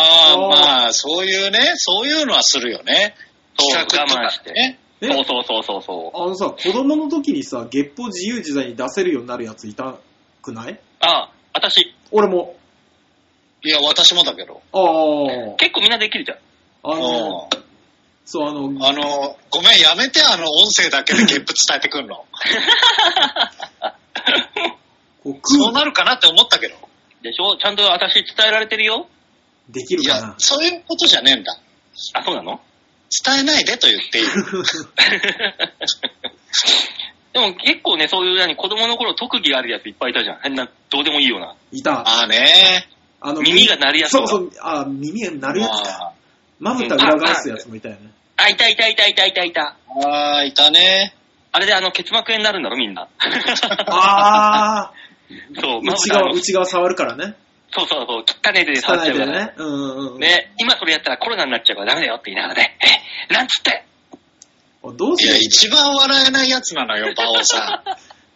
E: あ、
C: おー
E: まあ、そういうね、そういうのはするよね。
B: そう
E: 企画と
B: 我慢
E: か
B: して
E: ね。
C: え
B: そうそうそうそうそう。
C: あのさ、子供の時にさ、ゲップを自由自在に出せるようになるやついたくない
B: ああ、私、
C: 俺も。
E: いや、私もだけど。
C: ああ。
B: 結構みんなできるじゃん。
C: あの、
E: うん
C: そう、あの、
E: あの、ごめん、やめて、あの、音声だけ でゲップ伝えてくんの。
C: こう
E: そ
C: 空
E: うなるかなって思ったけど。
B: でしょちゃんと私伝えられてるよ。
C: できる
E: い
C: か
E: や
C: な、。
E: そういうことじゃねえんだ。
B: あ、そうなの
E: 伝えないでと言っていい。
B: でも結構ね、そういう何子供の頃特技あるやついっぱいいたじゃん。変な、どうでもいいような。
C: いた。
E: ああね。
C: あの、
B: 耳が鳴るやつ
C: そ
B: と
C: う
B: か
C: そう、あ、耳が鳴るやつか。
E: あ
C: まぶた裏返すやつもいたよね。
B: あ、いたいたいたいたいたいた。
E: ーあー、いたね。
B: あれであの、結膜炎になるんだろ、みんな。
C: ああ
B: そう、
C: ー、
B: まぶ
C: 内
B: た
C: 側、
B: の
C: 内側触るからね。
B: そうそうそう、汚ねえで触っ
C: 汚
B: ち
C: い
B: ゃうか
C: で
B: ら。
C: ね。うんうんうん。
B: ね、今それやったらコロナになっちゃうからダメだよって言いながらね、え、なんつって
C: あどう
E: い
C: す
E: や、
C: る
E: 一番笑えないやつなのよ、馬王さ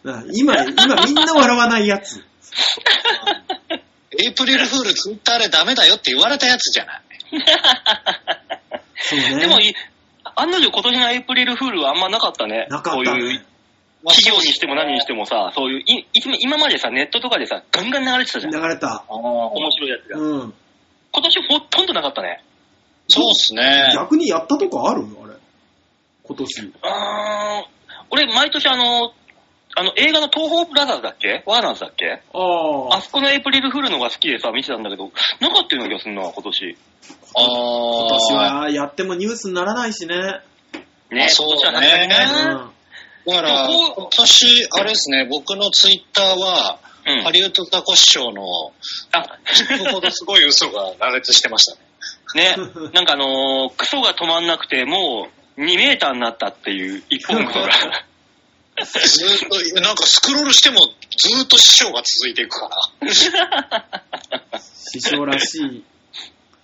E: ん。
C: な今、今みんな笑わないやつ。
E: エイプリルフールツイッターでダメだよって言われたやつじゃない。
C: そう ね。
B: でもい、案の定今年のエイプリルフールはあんまなかったね。
C: なかった
B: こういう
C: ね。
E: まあ
B: 企業にしても何にしてもさ、そういう、いいつも今までさ、ネットとかでさ、ガンガン流れてたじゃん。
C: 流れた。
B: 面白いやつが。
C: うん。
B: 今年ほとんどなかったね。
E: そうっすね。
C: 逆にやったとこあるあれ。今年。
B: うーん。俺、毎年あの、あの映画の東宝ブラザーズだっけワーナーズだっけ
C: あ
B: あ
C: あ。
B: そこのエイプリルフールのが好きでさ、見てたんだけど、なかったような気がするな、今年。
E: あ
C: 今年
E: あ。
C: はやってもニュースにならないしね。
B: ね、
E: そう
B: 今年
E: だ
B: は確
E: ね
C: う
B: か
C: ん。
E: だから、
B: こう
E: 今年、あれですね、僕のツイッターは、
B: にね。う
E: ハ
B: ん。
E: リウッドザコシショウの、
B: あ、
E: 聞くほどすごい嘘が羅列してました
B: ね、
E: ね。
B: なんかあのークソが止まんなくて、もう2メーターになったっていう、一本クソ が。
E: ずーっと、なんかスクロールしても、ずーっと師匠が続いていくから。
C: 師匠らしい。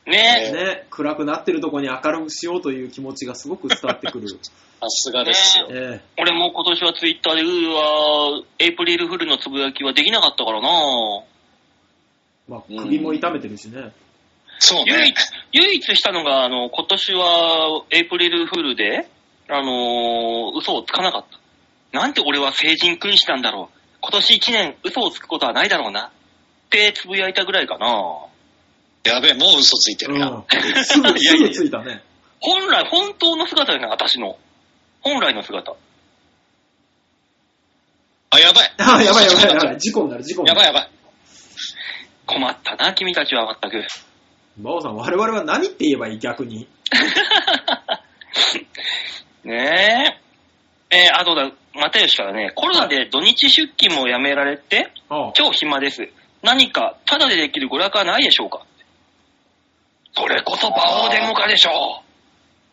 B: ね、
C: ね、暗くなってるとこに明るくしようという気持ちがすごく伝わってくる。
E: さすがですよ。
C: ええ
B: 俺も今年はツイッターで、うーわー、エイプリルフールのつぶやきはできなかったからな
C: まあ、首も痛めてるしね。
E: そう
B: 唯
E: ね
B: 一。、唯一したのが、あの、今年はエイプリルフールで、あのー嘘をつかなかった。なんて俺は成人君子なんだろう。今年一年嘘をつくことはないだろうな。ってつぶやいたぐらいかな
E: やべえ、もう嘘ついて
C: う
E: るやん。
C: ん。すぐ、すぐついたね。
B: 本来、本当の姿じゃない、私の。本来の姿。
E: あ、やばい。
C: あ、 やばいやばいやばい。事故になる、事故に
E: や
C: な
E: ばい
C: る。
E: やばい。
B: 困ったな、君たちは全く。
C: 馬王さん、我々は何って言えばいい逆に。
B: ねえ。えーあとだ、又吉からね、コロナで土日出勤もやめられて、
C: ああ。
B: 超暇です。何か、ただでできる娯楽はないでしょうかそれこそ馬王デモカでしょ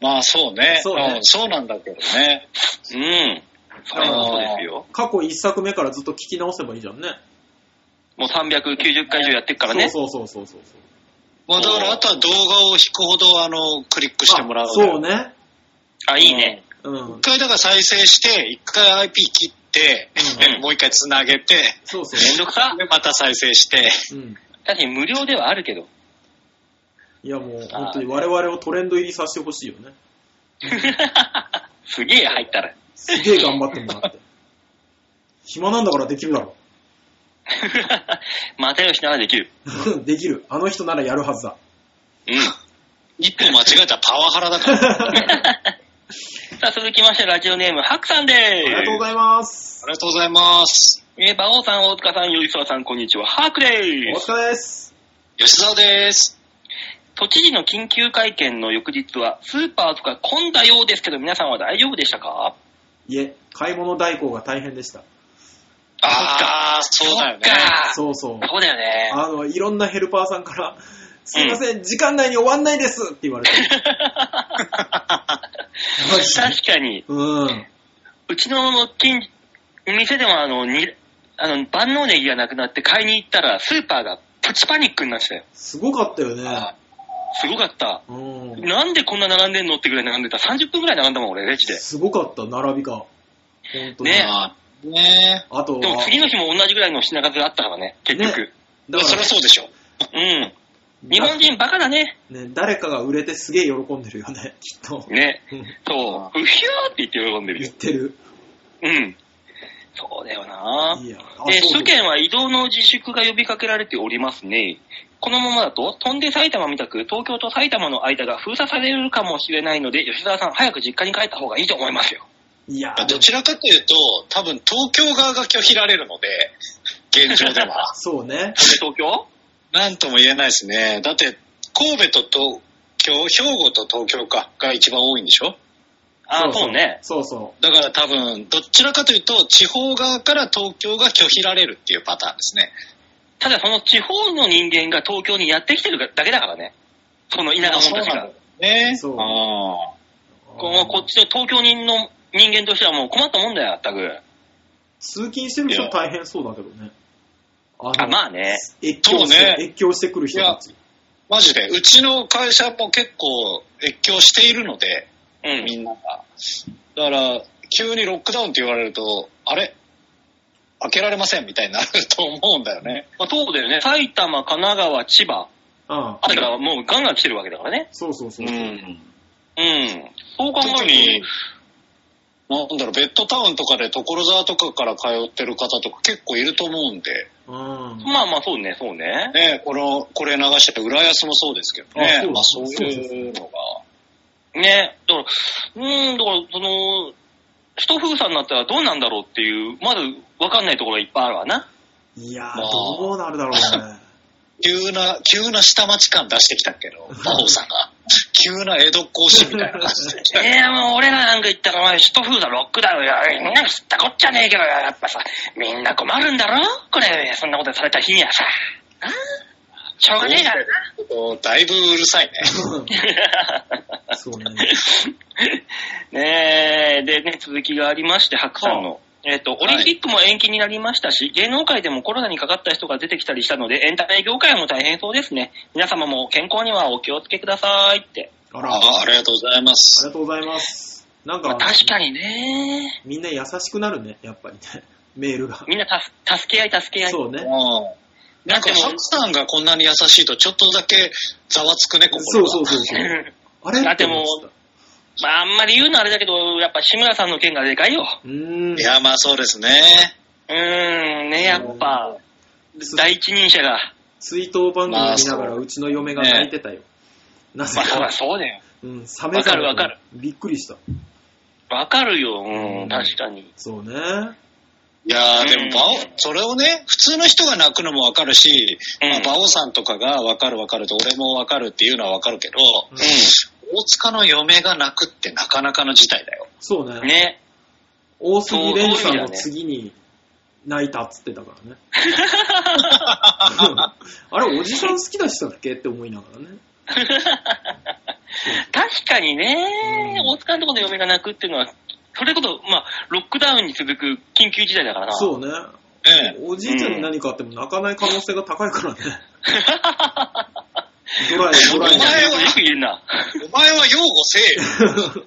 E: まあそうね。
C: そうね
E: んそうなんだけどね。
B: う。うん。それはそうですよ。
C: 過去1作目からずっと聞き直せばいいじゃんね。
B: もう390回以上やってっからね。
C: そうそうそうそうそう。
E: まあだからあとは動画を引くほど、あの、クリックしてもらう。
C: そうね。
B: あ、いいね。
C: うん
E: 一。回だから再生して、一回 IP 切って、
B: うん
E: もう一回つなげて、
C: そうそ
B: めんどくさ。
E: でまた再生して。
C: う。うん。
B: 確かに無料ではあるけど。
C: いやもう、本当に我々をトレンド入りさせてほしいよね。
B: すげえ入ったら。
C: すげえ頑張ってもらって。 暇なんだからできるだろ。
B: 又吉ならできる。
C: できる。あの人ならやるは ずだ。
B: うん。
E: 一歩間違えたらパワハラだ から。あ
B: さあ、続きまして、ラジオネーム、ハクさんで
C: ありがとうご
B: す。
C: ざいます。
E: りがとうございます。
B: えー、馬王さん、大塚さん、よいそわさん、こんにちは。ハクで
C: お
B: す。
C: 疲れです。
E: 吉沢です。
B: 都知事の緊急会見の翌日は、スーパーとか混んだようですけど、皆さんは大丈夫でしたか
C: いえ、買い物代行が大変でした。
E: ああ、そうだよね
B: そ。っか
C: そうそう。
B: そうだよね。
C: あの、いろんなヘルパーさんから、すいません、時間内に終わんないですって言われて。マジで
B: 確かに、
C: うん。
B: うちの近店でもあの、にあの万能ネギがなくなって買いに行ったら、スーパーがプチパニックになってたよ。
C: すごかったよね。
B: すごかった。
C: うん。
B: なんでこんな並んでんのってぐらい並んでた。30分ぐらい並んだもん、俺、レジで。
C: すごかった、並びが。本当に。
B: ね
E: まあね
C: あと
B: でも
C: は、
B: 次の日も同じぐらいの品数があったからね、結局。
E: ま
C: だ
E: あ
C: か
E: そり
C: ら
E: ゃそうでしょ。
B: うん。日本人バカだね。
C: ね、誰かが売れてすげえ喜んでるよね、きっと。
B: ね。
C: うん
B: そう。うひゃーって言って喜んでる
C: 言
B: よ
C: っ。てる。
B: うん。そうだよない
C: や。
B: で、
C: あそう
B: 首都圏は移動の自粛が呼びかけられておりますね。このままだと、飛んで埼玉みたく、東京と埼玉の間が封鎖されるかもしれないので、吉沢さん、早く実家に帰った方がいいと思いますよ。
C: いや、。
E: どちらかというと、多分東京側が拒否られるので、現状では
C: そうね。
B: 飛んで東京
E: なんとも言えないですね。だって、神戸と東京、兵庫と東京か、が一番多いんでしょ
B: ああ、そうね。
C: そうそ
E: だから多分、どちらかというと、地方側から東京が拒否られるっていうパターンですね。
B: ただ、その地方の人間が東京にやってきてるだけだからね。その田舎者たちが。
E: ね
C: そう
E: あ
C: う。
B: このこっちの東京人の人間としてはもう困ったもんだよ、全く。
C: 通勤してる人大変そうだけどね。あ
B: あ、まあね。
C: 越境し
E: そう
C: て
E: ね、
C: 越境してくる人たち。
E: ーマジで、うちの会社も結構越境しているので、
B: うん。
E: みんなが。だから、急にロックダウンって言われると、あれ開けられませんみたいになると思うんだよね。
B: まあ、そうだよね。埼玉、神奈川、千葉、
C: うん。
B: あたりがもうガンガン来てるわけだからね。
C: そうそうそう。
E: ん。
B: うん。そう考
E: 特
B: え
E: に
B: る、
E: なんだろう、ベッドタウンとかで所沢とかから通ってる方とか結構いると思うんで、
C: う
B: と、。
C: ん
B: まあまあそうね、そうね。
E: ね、この、これ流してて、浦安もそうですけどね。ま
C: あ
E: あ
C: そ
E: そうう
C: です
E: いうのが。
B: ね。だから、うん、だから、その、一封鎖になったらどうなんだろうっていう、まだわかんないところがいっぱいあるわ な。
C: いやー、
E: まあ
C: どうなるだろうね。
E: 急な、急な下町感出してきたけど、魔法さんが。急な江戸っ子推しみたいな感じで。
B: いや、もう俺らなんか言ったら、お前、一封鎖ロックダウンよ。みんな知ったこっちゃねえけどよ、やっぱさ、みんな困るんだろこれ、そんなことされた日にはさ。あーしょうがねえからな。
E: だいぶうるさいね。
C: そうね。
B: ねえ、でね、続きがありまして、白さんの。えっ、と、オリンピックも延期になりましたし、芸能界でもコロナにかかった人が出てきたりしたので、エンタメ業界も大変そうですね。皆様も健康にはお気をつけくださいって。
C: あら、あ
E: あありがとうございま
C: り
E: す。
C: がとうございます。なん
B: まあ
C: か、
B: 確かにね、
C: みんな優しくなるね、やっぱりね。 メールが。
B: みんなたす助け合い、助け合い。
C: そうね。
E: うん。なんか、
B: だってもう
E: ハクさんがこんなに優しいと、ちょっとだけざわつくね、ここ
C: そうそうそうそう。あれ
B: だって
C: っ
B: もう
C: て思っ
B: まあ、あんまり言うのはあれだけど、やっぱ志村さんの件がでかいよ。
C: たうーん
E: い。や、まあそうですね。
B: うーん、ね、やっぱ、
C: す
B: 第一人者が。
C: 追悼番組を見なが
E: まあ
C: ら
E: そう
C: うちの嫁が泣いてたよ。なぜ
B: まあ、そり
C: か
B: ゃ。そうだよ。
C: うん、サメ
B: わかるわかる。
C: びっくりした。
B: わかるよ、う
C: うん
B: ん、確かに。
C: そうね。
E: いや
B: うん
E: ーでも、バオ、それをね、普通の人が泣くのもわかるし、
B: うん
E: まあ、バオさんとかがわかるわかると、俺もわかるっていうのはわかるけど、
C: うん
E: 大塚の嫁が泣くってなかなかの事態だよ。
C: そう
B: う
C: ね。
B: ん、ね。
C: 大杉蓮さ
B: そうそういう意
C: ん
B: 味だ
C: の
B: ね
C: 次に、泣いたっつってた からね。あれ、おじさん好きな人だっけって思いながらね。
B: 確かにね、
C: うん
B: 大塚のとこの嫁が泣くっていうのは、それこそ、まあ、ロックダウンに続く緊急事態だからな。
C: そうね。
E: ええ。
C: おじいちゃんに何かあっても泣かない可能性が高いからね。ドライ、ド
B: お
C: ラ
B: 前
C: イな。
B: はよく言えるな。
E: お前は擁護せえよ。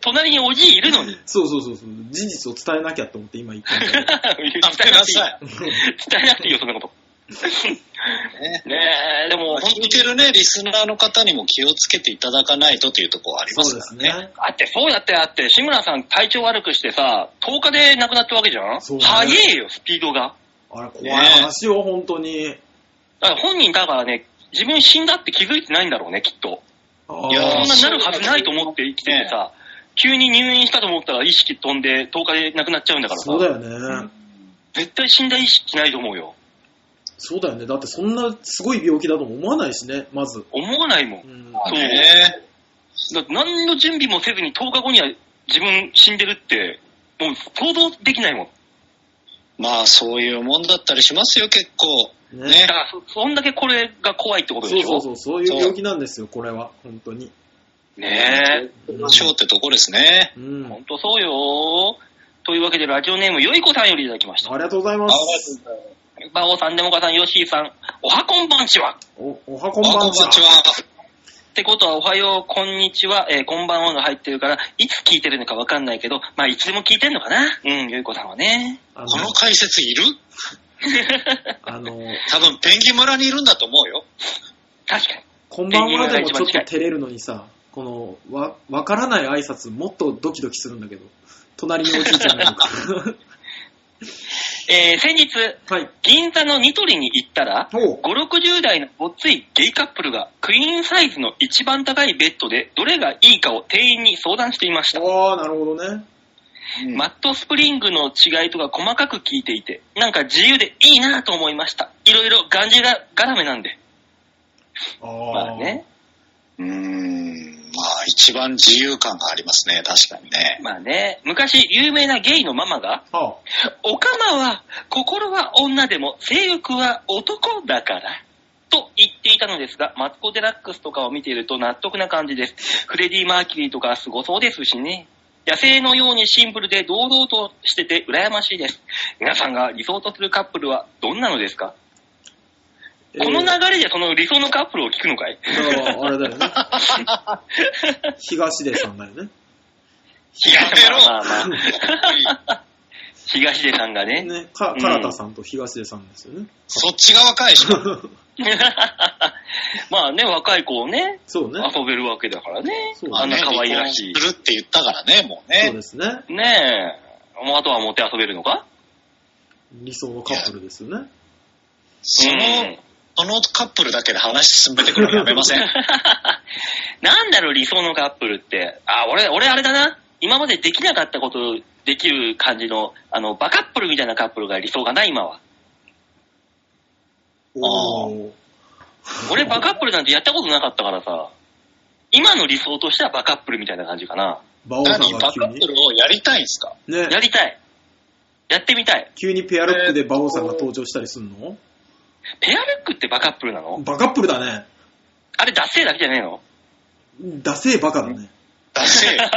B: 隣におじいいるの に。
C: そうそうそうそう。事実を伝えなきゃと思って今言ったんだけど。
E: やめ てください。
B: 伝えなくていいよ、そんなこと。
E: ね
B: ねえ、でも、本当
E: 聞
B: に
E: い、てるね、リスナーの方にも気をつけていただかないとというところはありま
C: そう
E: す
C: です
E: からね。
C: ね。
B: あって、そうだって、あって、志村さん体調悪くしてさ、10日で亡くなったわけじゃん
C: そうだ
B: 早
C: ね
B: えよ、スピードが。
C: あれ、怖い話よ、本当に。
B: だから本人だからね、自分死んだって気づいてないんだろうね、きっと。
C: あ
E: いや
B: そ
E: ー
B: んななるはずないと思って生きててさ、急に入院したと思ったら意識飛んで10日で亡くなっちゃうんだからさ
C: そう、だよね。
B: 絶対死んだ意識ないと思うよ。
C: そうだよね。だってそんなすごい病気だとも思わないしね、まず。
B: 思わないもん
C: う。ん
B: そう
E: ね
B: だって何の準備もせずに10日後には自分死んでるって、もう想像できないもん。
E: まあ、そういうもんだったりしますよ、結構。
B: だ
E: ね
C: ね。
B: からそ、そんだけこれが怖いってこと
C: そ
B: で
C: う
B: し
C: そ
B: ょ
C: うそう、そういう病気なんですよ、これは。本当に。
B: ね
C: うん
E: ましょうってとこですね。
C: うん。
B: え。ほ
C: あ
B: んとそうよというわけで、ラジオネーム、よいこさんよりいただきました。
C: りがとうござい
E: あ
C: ます。
B: バオさん、デモカさん、ヨッシーさん、おはこんばんちは。
C: お、おはこ
E: こ
C: ん
E: んば
C: ば
E: ん
C: んちは。
E: は。
B: ってことは、おはよう、こんにちは、えーこんばんはが入ってるから、いつ聞いてるのかわかんないけど、まあ、いつでも聞いてんのかな。うん、よいこさんは ね。
C: あの
E: この解説いる
C: あの、
E: 多分、ペンギン村にいるんだと思うよ。
B: 確かに。
C: こんばんはでもちょっと照れるのにさ、この、わ、わからない挨拶もっとドキドキするんだけど、隣におじいちゃんが いるか
B: えー先日、
C: ら。はい。
B: 銀座のニトリに行ったら、
C: おう
B: 5、60代のごっついゲイカップルが、クイーンサイズの一番高いベッドで、どれがいいかを店員に相談していました。
C: あー、なるほどね。
E: うん
B: マットスプリングの違いとか細かく聞いていて、なんか自由でいいなと思いました。いろいろがんじがらめなんで。ま
C: あ
B: あ
C: ー。
B: ね。
E: うーん、まあ、一番自由感がありますね、確かにね。
B: まあね。昔、有名なゲイのママが、
C: は
B: おかまは、心は女でも、性欲は男だから。と言っていたのですが、マツコ・デラックスとかを見ていると納得な感じです。フレディ・マーキュリーとかすごそうですしね。野生のようにシンプルで堂々としてて羨ましいです。皆さんが理想とするカップルはどんなのですか
C: あ。
B: この
C: えー
B: 流れでその理想のカップルを聞くのかい
C: だからあれだよね。東出さんだよ ね。
E: やめろ
B: まあまあまあ 東出さんがね。
C: ね、か、
B: うん
C: 唐田さんと東出さんですよね。
E: そっちが若いでしょ。
B: まあね、若い子をね、
C: そうね。
B: 遊べるわけだからね
C: そう。
B: あんな可愛らしい
E: 離婚。するって言ったからね、もう
C: そう
E: ね。
C: ですね。
B: ねえ。もうあとは持って遊べるのか
C: 理想のカップルですよね。
E: その、
B: うん
E: そのカップルだけで話進めてくるのやめ ません。
B: なんだろう、理想のカップルって。あ、俺、俺あれだな。今までできなかったことできる感じの、あの、バカップルみたいなカップルが理想かな、今は。
E: あ
C: おー
B: 俺バカップルなんてやったことなかったからさ、今の理想としてはバカップルみたいな感じかな。
C: 馬王さん
E: 何、
C: が
E: バ
C: 急
E: カッ
C: に
E: プ。ルをやりたいんですか
C: ね
B: やりたい。やってみたい。
C: 急にペアルックで馬王さんが登場したりすんの
B: ペアルックってバカップルなの
C: バカップルだね。
B: あれ、ダッセーだけじゃねえの
C: ダセえバカだね。
E: だせえよ。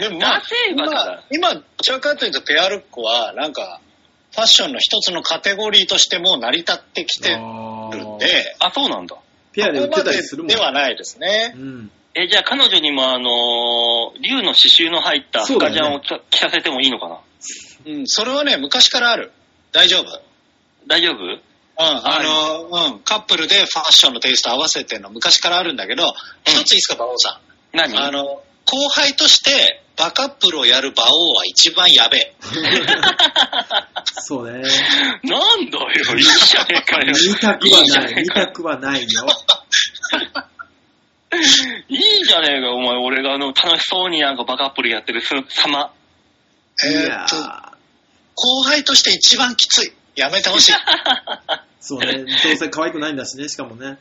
E: でもまあ
B: ダセえバカだ
E: 今、今、ちゃかというとペアルックは、なんか、ファッションの一つのカテゴリーとしてもう成り立ってきてる
C: あ
E: ん
C: ー
E: で、
B: あ、そうなんだ。
C: ペアで売
E: こ
C: っ
E: こま
C: てた
E: で
C: りするもん
E: ではないですね
C: う。ん。
B: え、じゃあ彼女にもあのー竜の刺繍の入ったス
C: そうだ
B: カ
C: よ
B: ジ
C: ね
B: ャンを着さ着させてもいいのかな
E: うん、それはね、昔からある。大丈夫。
B: 大丈夫
E: うん、あの、うん、カップルでファッションのテイスト合わせてるの昔からあるんだけど、一ついいですか、馬王さん。
B: 何
E: あの、後輩としてバカップルをやる馬王は一番やべえ。
C: そう ね。
B: なんだよ、いいじゃねえか よ。
C: 見たくはい
B: いじゃ
C: な
B: ね
C: い。
B: え
C: 見
B: か
C: た
B: よ。
C: くはないよ。
B: いいじゃねえかよ、お前。俺があの、楽しそうになんかバカップルやってるす様。
C: い
E: えー
C: や
E: っと、
C: ー
E: 後輩として一番きつい。やめてほし い。
C: そうね。どうせ可愛くないんだしね、しかもね。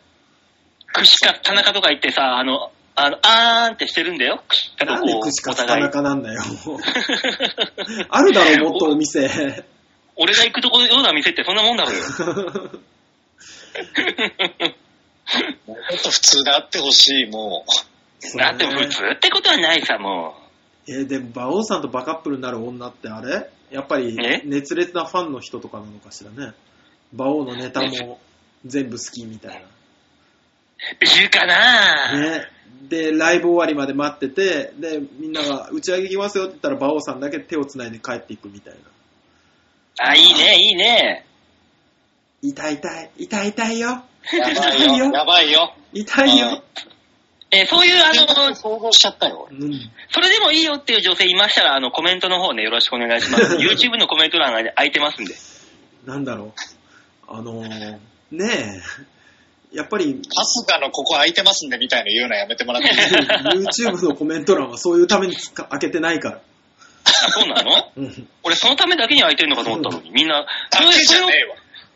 B: 串か田中とか行ってさ、あの、あの、あーんってしてるんだよ。くしかと
C: なんで
B: こう、
C: 串
B: お
C: カツ田
B: 互い。
C: 中なんだよ。 あるだろ、もっとお店。
B: 俺が行くところような店ってそんなもんだろう よ。
E: もっと普通であってほしい、も
B: だって普通ってことはないさ、も
C: えーでも、馬王さんとバカップルになる女ってあれやっぱり
B: え。
C: 熱烈なファンの人とかなのかしらね。馬王のネタも全部好きみたいう
B: いるか
C: な。
B: な、
C: ね。で、ライブ終わりまで待ってて、で、みんなが打ち上げ行きますよって言ったら馬王さんだけ手を繋いで帰っていくみたいな。
B: あ、いいね、いいね。
C: 痛い痛い、痛い痛いよ。
E: う。やばい よ、やばいよ。
C: 痛いよ。
B: えーそういう、あ
E: あ
B: の
E: の、、想像しちゃったよ、俺。
C: うん。
B: それでもいいよっていう女性いましたら、あの、コメントの方ね、よろしくお願いし ます。YouTube のコメント欄が空いてますんで。
C: なんだろう。あのー、ねえ。やっぱり、
E: 春日のここ空いてますんでみたいの言うのやめてもらっ ていい
C: YouTube のコメント欄はそういうためにつか開けてないから。
B: あ、そうなの
C: うん
B: 俺、そのためだけに空いてるのかと思ったのに、みんな、そ
E: だ
B: れ
E: けじ
B: それ
E: ゃ
B: を
E: ね、え わ。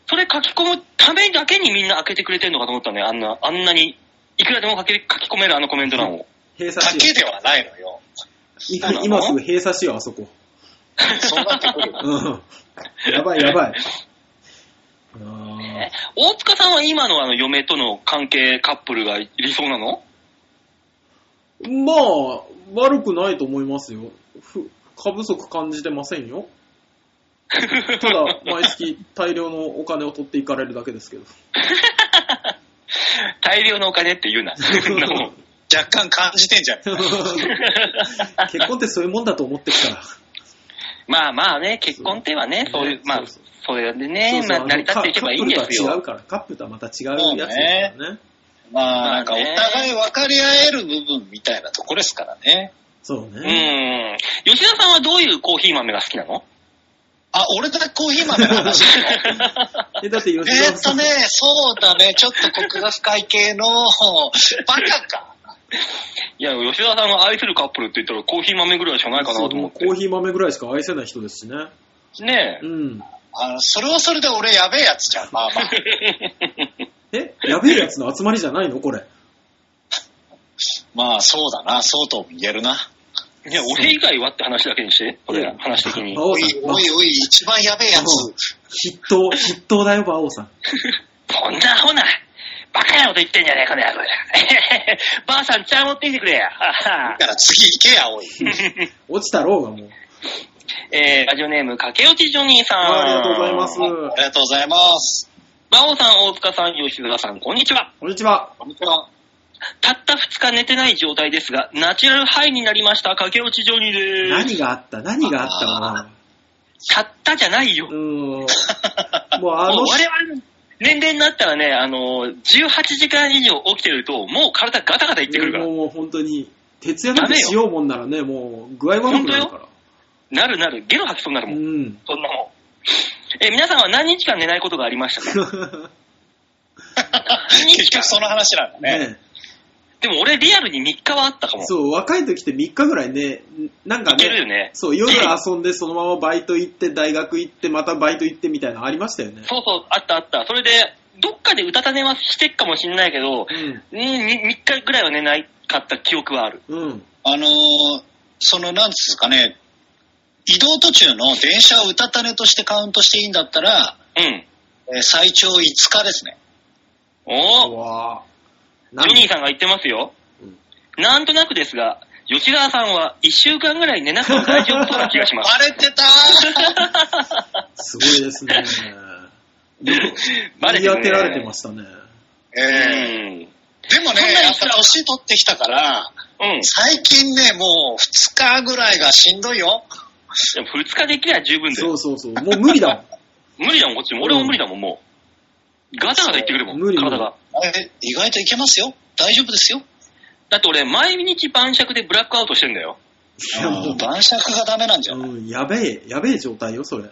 B: それ書き込むためだけにみんな開けてくれてるのかと思ったね、あんな、あんなに、いくらでも書き書き込めるあのコメント欄を。
C: 閉鎖
E: だ
C: しよ
E: けではないのよ。
C: う。いく今すぐ閉鎖しよう、あ そこ。
E: そうなってくるよ。
C: うん。やばいやばい。あ
B: え大塚さんは今のあの嫁との関係カップルが理想なの
C: ーまあ、悪くないと思いますよ。ふ過不足感じてませんよ。ただ、毎月大量のお金を取っていかれるだけですけど。
B: 大量のお金って言う な。そんなもん
E: 若干感じてんじゃん。
C: 結婚ってそういうもんだと思ってるから。
B: まあまあね、結婚ってはね、そういう、まあ
C: そうそう、
B: それで
C: そ
B: ね
C: う、そ
B: ま
C: う
B: あ
C: あの
B: 成り立っていけばいいんです
C: カッ
B: よ。
C: プルとは違うから、カップルとはまた違うやつですからね。
E: まあ、なんかお互い分かり合える部分みたいなとこですからね。
C: そう
B: う
C: ね。
B: ん。吉田さんはどういうコーヒー豆が好きな の
E: あ、俺だけコーヒー豆 の話なの
C: え、だって吉
E: え
C: 沢
E: ーっ
C: さ
E: と
C: ん、
E: ね、そうだね、ちょっとコクが深い系の、バカか。
B: いや、吉田さんが愛するカップルって言ったらコーヒー豆ぐらいしかないかなと思っ
C: コ
B: て
C: ー。ヒー豆ぐらいしか愛せない人ですしね。
B: ねえ。
C: うん。
E: あの、それはそれで俺やべえやつじゃん、まあ まあ。
C: えやべえやつの集まりじゃないのこれ。
E: まあ、そうだな、そうとも言えるな。
B: いや、俺以外はって話だけにして、これ、話的に。
C: 馬
E: お
C: 王さ
E: い
C: ん、、
E: おい、おい、一番やべえやつ。
C: 筆頭、筆頭だよ、馬王さん。
B: そんなアホな、バカなこと言ってんじゃねえ、この野郎ら。 ばあさん、茶持ってきてくれや。
E: だから次行けや、おい。
C: 落ちたろうがもう。
B: えー、ラジオネーム、駆け落ちジョニーさん。
C: あありがとうございます。
E: ありがとうございます。
B: 馬王さん、大塚さん、吉田さん、こんにちは。
C: こんにちは。
E: こんにち は。
B: たった2日寝てない状態ですが、ナチュラルハイになりました、駆け落ちジョニーです。
C: 何があった何があったわ。
B: たったじゃないよ。
C: う
B: もう
C: ーん。もうあ
B: 我、々
C: の
B: の年齢になったらね、あの、18時間以上起きてると、もう体ガタガタいってくるから。
C: もう本当に、徹夜なんてしようもんならね、もう具合悪くなるから。
B: なるなる、ゲロ吐きそうになる
C: う
B: もん。
C: ん。
B: そんなもん。えー、皆さんは何日間寝ないことがありました か何日
E: 結
B: 間
E: 局その話なんだね。
C: ね
B: でも俺リアルに3日はあったかも。
C: そう、若い時って3日ぐらいね、なんか
B: いけるよ
C: ね、
B: ね。
C: そう、夜遊んでそのままバイト行って、大学行って、またバイト行ってみたいなのありましたよね。
B: そうそう、あったあった。それで、どっかでうたた寝はしてっかもしんないけど、うん、3日ぐらいは寝ないかった記憶はある。
C: うん。うん。
E: あのー、その、なんつうかね、移動途中の電車をうたた寝としてカウントしていいんだったら、
B: うん。
E: えー最長5日ですね。
B: おお
C: うわぁ。
B: ジョニーさんが言ってますよ。
C: うん
B: なんとなくですが、吉沢さんは1週間ぐらい寝なくても大丈夫そうな気がしま
E: バ
B: す。
E: レてた ー
C: すごいですね。
B: バレ
C: 言
B: てるね
C: い当てられてましたね。
E: え
B: う
E: ー
B: ん。
E: でもね、
B: そんなに
E: やっぱ年取ってきたから、
B: うん。
E: 最近ね、もう2日ぐらいがしんどいよ。
B: でも2日できりゃ十分だ
C: そ
B: よ。
C: うそうそう。もう無 理だ
B: 無理だもん、こっちも。俺も無理だもん、もう。ガタガタ言ってくるもん、
C: 無理無理
B: 体が。
E: え意外といけますよ。大丈夫ですよ。
B: だって俺、毎日晩酌でブラックアウトしてんだよ。
C: いやもう
E: 晩酌がダメなんじゃ
C: も
E: ない、
C: ん。うん、やべえ、やべえ状態よ、それ。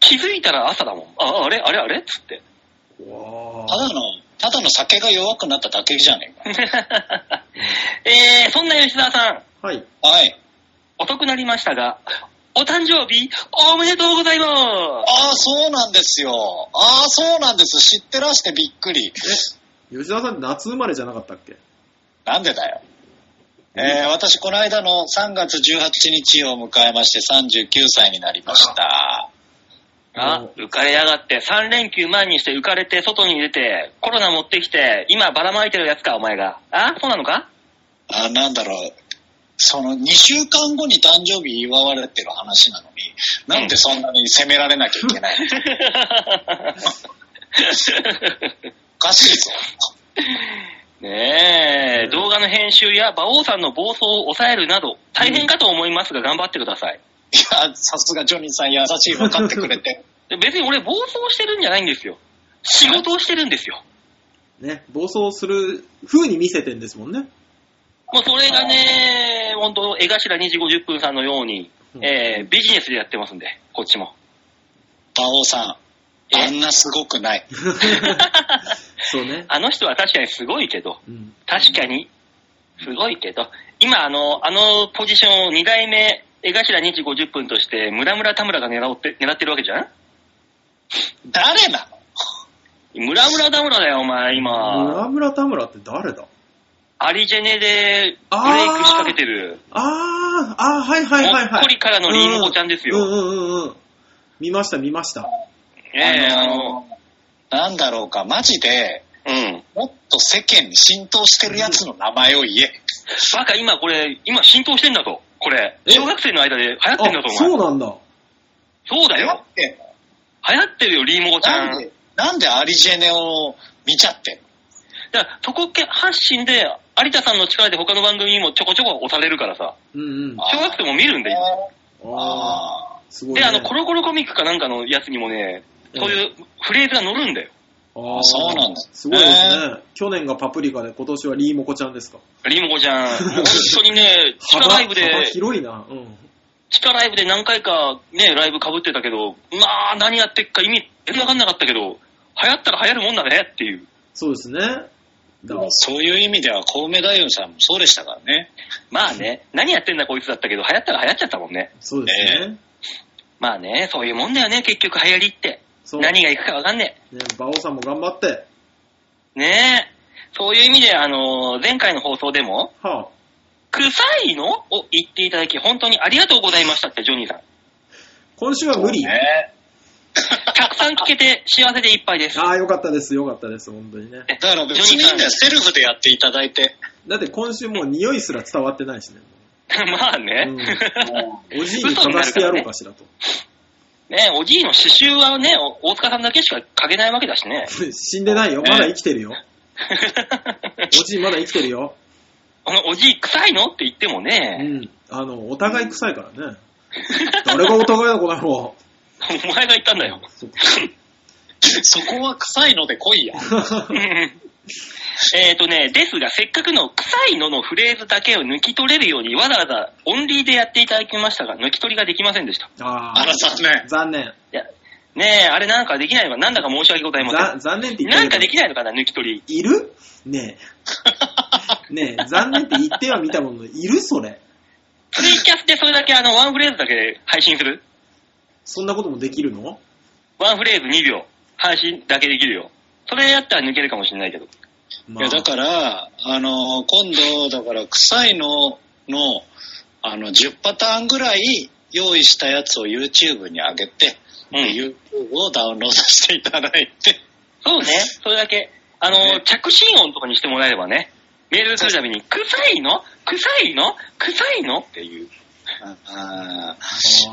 B: 気づいたら朝だもん。あ、あれあれあれっつって。
C: うわ
E: ただの、ただの酒が弱くなっただけじゃねえ
B: えー、そんな吉沢さん、
C: ぁ。はい。
E: か。はい。
B: 遅くなりましたが、お誕生日、おめでとうございま
E: ああ、そうなんですよ。ああ、そうなんです。知ってらしてびっくり。
C: 吉田さんって夏生まれじゃなかったっけ
E: なんでだよ。えー私、この間の3月18日を迎えまして39歳になりました。
B: あ、浮かれやがって、3連休前にして浮かれて、外に出て、コロナ持ってきて、今ばらまいてるやつか、お前が。あ、そうなのか
E: あ、なんだろう。その2週間後に誕生日祝われてる話なのに、なんでそんなに責められなきゃいけないの、おかしいぞ。
B: ねえ、動画の編集や馬王さんの暴走を抑えるなど、大変かと思いますが、頑張ってください。
E: いや、さすがジョニーさん優しい、分かってくれて。
B: で別に俺、暴走してるんじゃないんですよ。仕事をしてるんですよ。
C: ね、暴走する風に見せてんですもんね。
B: もうそれがね、本当江頭2時50分さんのように、えービジネスでやってますんで、こっちも。
E: 馬王さん、あんなすごくない。
C: そうね。
B: あの人は確かにすごいけど、
C: うん。
B: 確かに、すごいけど、今あの、あのポジションを2代目、江頭2時50分として、村村田村が狙おうって狙ってるわけじゃん
E: 誰なの
B: 村村田村だよ、お前、今。
C: 村村田村って誰だ
B: アリジェネでブレイク仕掛けてる、
C: あー、あー、はいはいはい
B: も
C: は
B: っ
C: い
B: こ。りからのリンゴちゃんです
C: うん
B: よ。
C: うんうんうん。見ました見ました。
B: ええあの、
E: なんだろうか、マジで、
B: うん。
E: もっと世間に浸透してるやつの名前を言え。
B: バカ、今これ、今浸透してんだぞ、これ。
C: え
B: 小学生の間で流行ってんだぞ、
C: あ、
B: お
C: そ
B: 前
C: う。なんだ。
B: そうだ
E: だ
B: よ
E: っ。て、
B: 流行ってるよ、リンゴちゃん。
E: なんで、なんでアリジェネを見ちゃってんの
B: だから、そこ発信で、有田さんの力で他の番組にもちょこちょこ押されるからさ、
C: うんうん。
E: あー
B: 小学生も見るんで、今
C: あ
E: あ
C: ー、すごい、ね。
B: で、あの、コロコロコミックかなんかのやつにもね、そういうフレーズが乗るんだよ。
C: あー
E: そうなんだ
C: すごいですね。去年がパプリカで今年はリーモコちゃんですか。
B: リンゴちゃん、もう本当にね、地下ライブで、
C: 幅広いな。うん。
B: 地下ライブで何回かね、ライブ被ってたけど、まあ、何やってっか意味、全然わかんなかったけど、流行ったら流行るもんだねっていう。
C: そうですね。だ
E: ーそういう意味では、コウメ太夫さんもそうでしたからね。
B: まあね、何やってんだこいつだったけど、流行ったら流行っちゃったもんね。
C: そうですね。
B: まあね、そういうもんだよね、結局流行りって。
C: そう。ね、
B: 何がいくかわかんね
C: 馬王さんも頑張って。
B: え。ねえ。そういう意味で、あの前回の放送でも、
C: はあ。
B: 臭いのを言っていただき、本当にありがとうございましたって、ジョニーさん。
C: 今週は無理。
E: ね
B: たくさん聞けて幸せでいっぱいです。
C: ああ、よかったです。よかったです。本当にね。
B: え
E: だから別にいいんだよ、セルフでやっていただいて。
C: だって今週もう匂いすら伝わってないしね。
B: まあ ね。
C: うん
E: も
C: おじいにかざしてやろうかしらと。
B: ねおじいの刺繍はね、お大塚さんだけしか書けないわけだしね。
C: 死んでないよ。まだ生きてるよ。 おじいまだ生きてるよ。
B: あ の、おじい臭いのって言っても
C: う
B: ね、
C: ん。あの、お互い臭いからね。誰がお互いの子だろう。
B: お前が言ったんだよ。
C: そっか
E: うそこは臭いので来いや。
B: えっとね、ですが、せっかくの臭いののフレーズだけを抜き取れるように、わざわざオンリーでやっていただきましたが、抜き取りができませんでした。
C: あ
E: あら、残念
C: あ。。残念。
B: ねえ、あれなんかできないのか、なんだか申し訳ございませ
C: ざ残念って
B: ん。
C: 言っ
B: な
C: て
B: んかできないのかな、抜き取り。
C: いるねえ。ねえ、残念って言っては見たものの、いるそれ。
B: ツイキャスでそれだけ、あの、ワンフレーズだけで配信する
C: そんなこともできるの
B: ワンフレーズ2秒、配信だけできるよ。それやったら抜けるかもしれないけど。
C: ま
E: いや、だから、あの、今度、だから、臭いのの、あの、10パターンぐらい用意したやつを YouTube に上げて、
B: うん
E: YouTube をダウンロードしていただいて、
B: そうね、それだけ。あの、
E: ね
B: 着信音とかにしてもらえればね、メールするたびに、臭いの臭いの臭いの っていう。
E: あ
C: あ
E: ー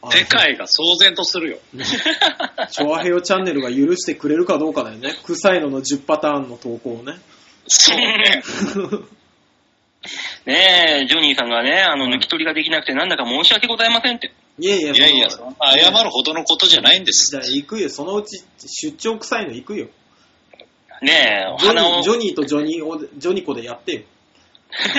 C: あ
E: 世界が騒然とするよ。
C: チョアヘヨチャンネルが許してくれるかどうかだよね。臭いのの10パターンの投稿をね。
E: そうね。
B: ねえ、ジョニーさんがね、あの、抜き取りができなくてなんだか申し訳ございませんって。
C: いやいや、
E: いやいや、
C: そ
E: そ
C: の
E: んな謝るほどのことじゃないんです
C: じ。ゃあ行くよ。そのうち出張臭いの行くよ。
B: ねえ、お
C: ジョニ
B: 花
C: ー
B: を
C: ジ。ョニーとジョニーを、ジョニコでやってよ。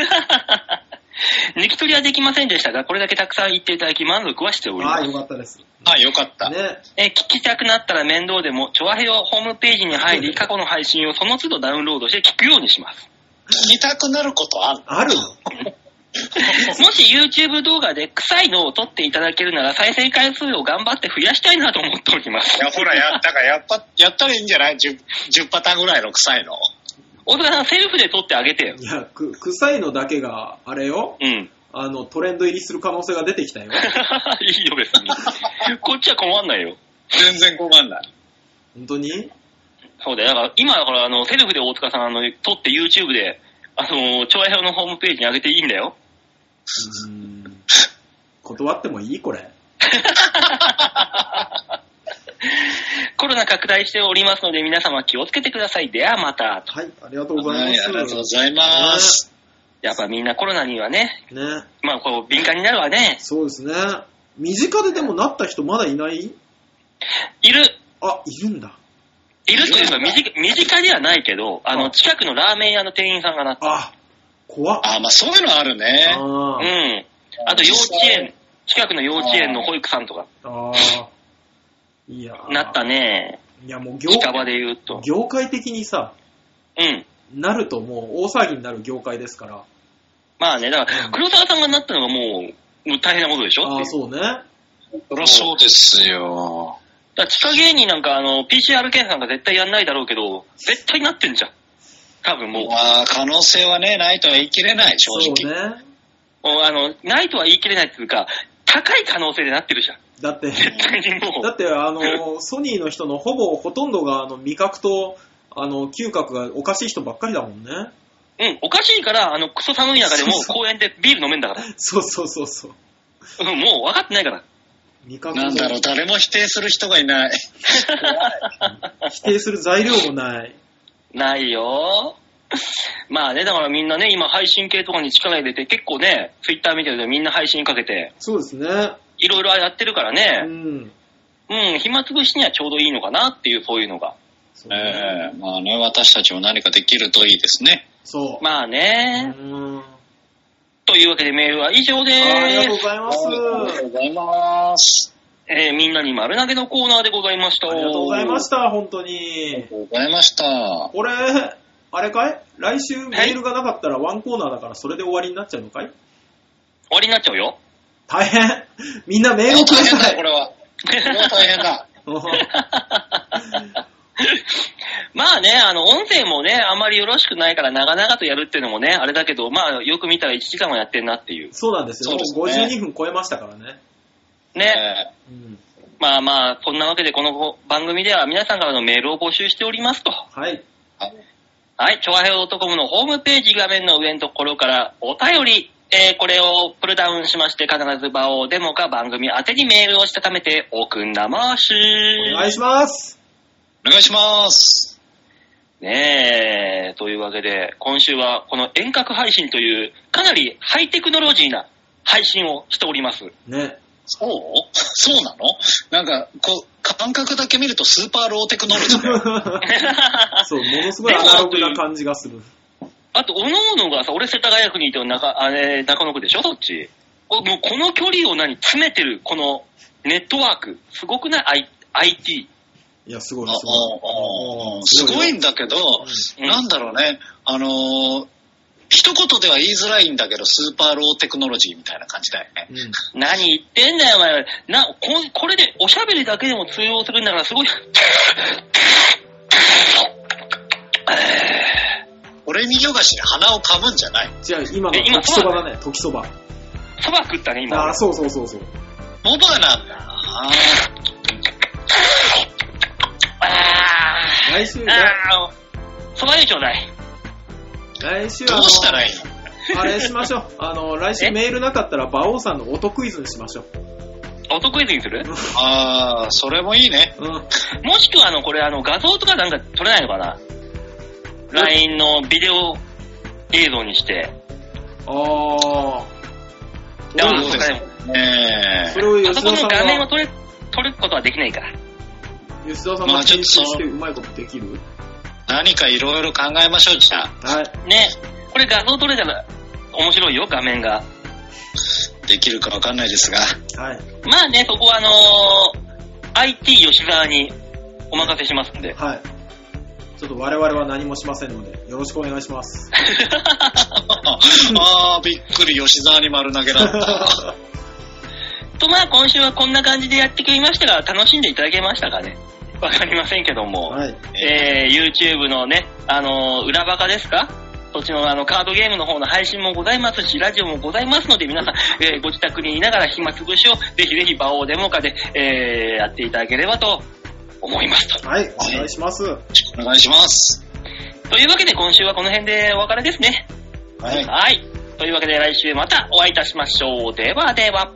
B: 抜き取りはできませんでしたが、これだけたくさん言っていただき満足はしており
C: あ
B: ま
C: あ、
B: す。
C: よかったです。
E: あ、よかった。
C: ね。
B: え聞きたくなったら面倒でも、チョアヘヨホームページに入り、過去の配信をその都度ダウンロードして聞くようにします。
E: 聞きたくなることある
C: ある
B: もし YouTube 動画で臭いのを撮っていただけるなら再生回数を頑張って増やしたいなと思っております。
E: いや、ほら、やったから、やっぱ、やったらいいんじゃない 10, 10パターンぐらいの臭いの。
B: 大塚さんセルフで撮ってあげてよ
C: い。や、く、臭いのだけが、あれよ、
B: うん。
C: あの、トレンド入りする可能性が出てきたよ。
B: いいよ、別 に。こっちは困んないよ。
E: 全然困んない。
C: 本当に
B: そうだよ。だから、今、だから、あの、セルフで大塚さん、あの、撮って YouTube で、あの、調和表のホームページに上げていいんだよ。
C: うーん。断ってもいいこれ。
B: コロナ拡大しておりますので、皆様気をつけてください。ではまた。
C: はい、ありがとうござい
E: は
C: ま
E: い、あ
C: す。
E: りがとうございます。
B: やっぱみんなコロナにはね、
C: ね、
B: まあ、こう、敏感になるわね。
C: そうですね。身近ででもなった人まだいない
B: いる。
C: あ、いるんだ。
B: いるというか、身近身近ではないけど、あの、近くのラーメン屋の店員さんがなって
C: あ、怖っ。
E: あーまあそういうのあるね。
C: あ
B: う
C: ー
B: ん。あと幼稚園、近くの幼稚園の保育さんとか、
C: あー。いやー
B: なったね。
C: いや、もう業
B: 近場で言うと。
C: 業界的にさ、
B: うん。
C: なるともう大騒ぎになる業界ですから。
B: まあね、だか
C: う
B: ら、
C: ん
B: 黒沢さんがなったのがもう、もう大変なことでしょ
C: ああ、そうね。
E: そりゃそうですよ。
B: だから地下芸人なんか、あの、PCR 検査なんか絶対やんないだろうけど、絶対なってんじゃん。多分もう、
E: まあ、可能性はね、ないとは言い切れない、正
C: そう
E: 直。
C: ね。
B: もうあの、ないとは言い切れないっていうか、高い可能性でなってるじゃん。
C: だって、
B: 絶対にも
C: だ
B: う。
C: って、あの、ソニーの人のほぼほとんどが、あの、味覚と、あの、嗅覚がおかしい人ばっかりだもんね。
B: うん、おかしいから、あの、クソ寒い中でも
C: そうそう
B: 公園でビール飲めんだ から。
C: そうそうそうそう。
B: うんもう分かってないから。
C: 味覚
E: なんだろう、誰も否定する人がいない。
C: 否定する材料もない。
B: ないよー。まあね、だからみんなね、今配信系とかに力入れて、結構ね、ツイッター見てるとみんな配信かけて、
C: そうですね。
B: いろいろやってるから
C: う
B: ね、
C: ん。
B: うん、暇つぶしにはちょうどいいのかなっていう、そういうのが。
C: そうね。
E: ええまあね、私たちも何かできるといいですね。
C: そう。
B: まあね、
C: うん
B: というわけでメールは以上で
C: ありがとう
B: ー
C: ご
B: す。
C: ざいま
E: ありが
C: す
E: と。うございます。
B: えーみんなに丸投げのコーナーでございました。
C: ありがとうございました、本当に
E: ありが。とうございました。
C: これ、あれかい来週メールがなかったらワンコーナーだからそれで終わりになっちゃうのかい
B: 終わりになっちゃう よ。
C: 大変みんなメールを
E: 大
C: くだ
E: 変
C: さ
E: だ、
C: い
E: これは。これは大変 だ。
C: うん
B: まあね、あの、音声もね、あまりよろしくないから長々とやるっていうのもね、あれだけど、まあ、よく見たら1時間はやってんなっていう。
C: そうなんですよ。
E: そ
C: も
E: う
C: う
E: ですね
C: 52分超えましたからね。
B: ね。
E: え
C: うん
B: まあまあ、そんなわけでこの番組では皆さんからのメールを募集しておりますと。
C: はい。
B: はい、超平洋 .com のホームページ画面の上のところからお便り、えーこれをプルダウンしまして必ず場をデモか番組宛てにメールをしたためておくんなまーし
C: お願いします。
E: えお願いします。
B: ねえ、というわけで今週はこの遠隔配信というかなりハイテクノロジーな配信をしております。
C: ね。
E: そうそうなのなんか、こう、感覚だけ見るとスーパーローテクノロジ ーだよ。
C: そう、ものすごいアナログな感じがする。
B: あと、おのおのがさ、俺世田谷区にいて中、あれ、中野区でしょそっち。おもうこの距離を何、詰めてる、このネットワーク。すごくない ?I- ?IT。
C: いや、すごい、
E: あ
C: す
E: あ
C: ご
E: あ
C: い。
E: すごい
C: よ
E: んだけど、
B: うん
E: なんだろうね、あのー一言では言いづらいんだけど、スーパーローテクノロジーみたいな感じだよね。
C: うん
B: 何言ってんだよ、お前。な、こ、これで、おしゃべりだけでも通用するんだから、すごい。
E: 俺見よがしで鼻をかむんじゃない。
C: じゃあ、今の
B: え今
C: 時そばだね、時そば。
B: そば食ったね、
C: あ
B: 今
C: あ、。そうそうそうそう。
E: モバなんだな。
B: あー
C: 来週、
B: あー、そば湯ちょうだい。
C: 来週
E: どうしたらいいの
C: あれしましょう。あの、来週
B: え
C: メールなかったら、馬王さんの音クイズにしましょう。
B: お得意ずにする
E: ああ、それもいいね。
C: うん。
B: もしくは、あの、これ、あの、画像とかなんか撮れないのかな ?LINE のビデオ映像にして。
C: あ
B: いや
E: ど
B: そ
E: うで
B: う
E: す
B: だ
E: か
B: ね
E: ね
C: あ。それを
B: あそ
C: 吉
B: こ
C: 田さ
B: の
C: ん
B: 画面を
C: が、
B: 撮れ、撮ることはできないから。
C: 吉田さん
E: ま
C: が
E: あちょっ
C: 編
E: と
C: 集
E: その
C: してうまいことできる
E: 何かいろいろ考えましょう、じゃあ。
C: はい。
B: ね。これ画像撮れたら面白いよ、画面が。
E: できるかわかんないですが。
C: はい。
B: まあね、そこはあのー IT 吉沢にお任せしますんで。
C: はい。ちょっと我々は何もしませんので、よろしくお願いします。
E: ああ、びっくり、吉沢に丸投げだった。
B: とまあ今週はこんな感じでやってきましたが、楽しんでいただけましたかね。わかりませんけども、
A: はい。
B: えー、YouTube のね、あのー裏バカですかそっちのあのカードゲームの方の配信もございますし、ラジオもございますので、皆さん、 えーご自宅にいながら暇つぶしを、ぜひぜひ、馬王デモカで、えーやっていただければと思いますと。
A: はい、お願いします。
E: お願いします。
B: というわけで、今週はこの辺でお別れですね。
E: はい。
B: はい。というわけで、来週またお会いいたしましょう。ではでは、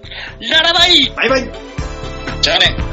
B: ララバイ
A: バイバイ
E: じゃあね。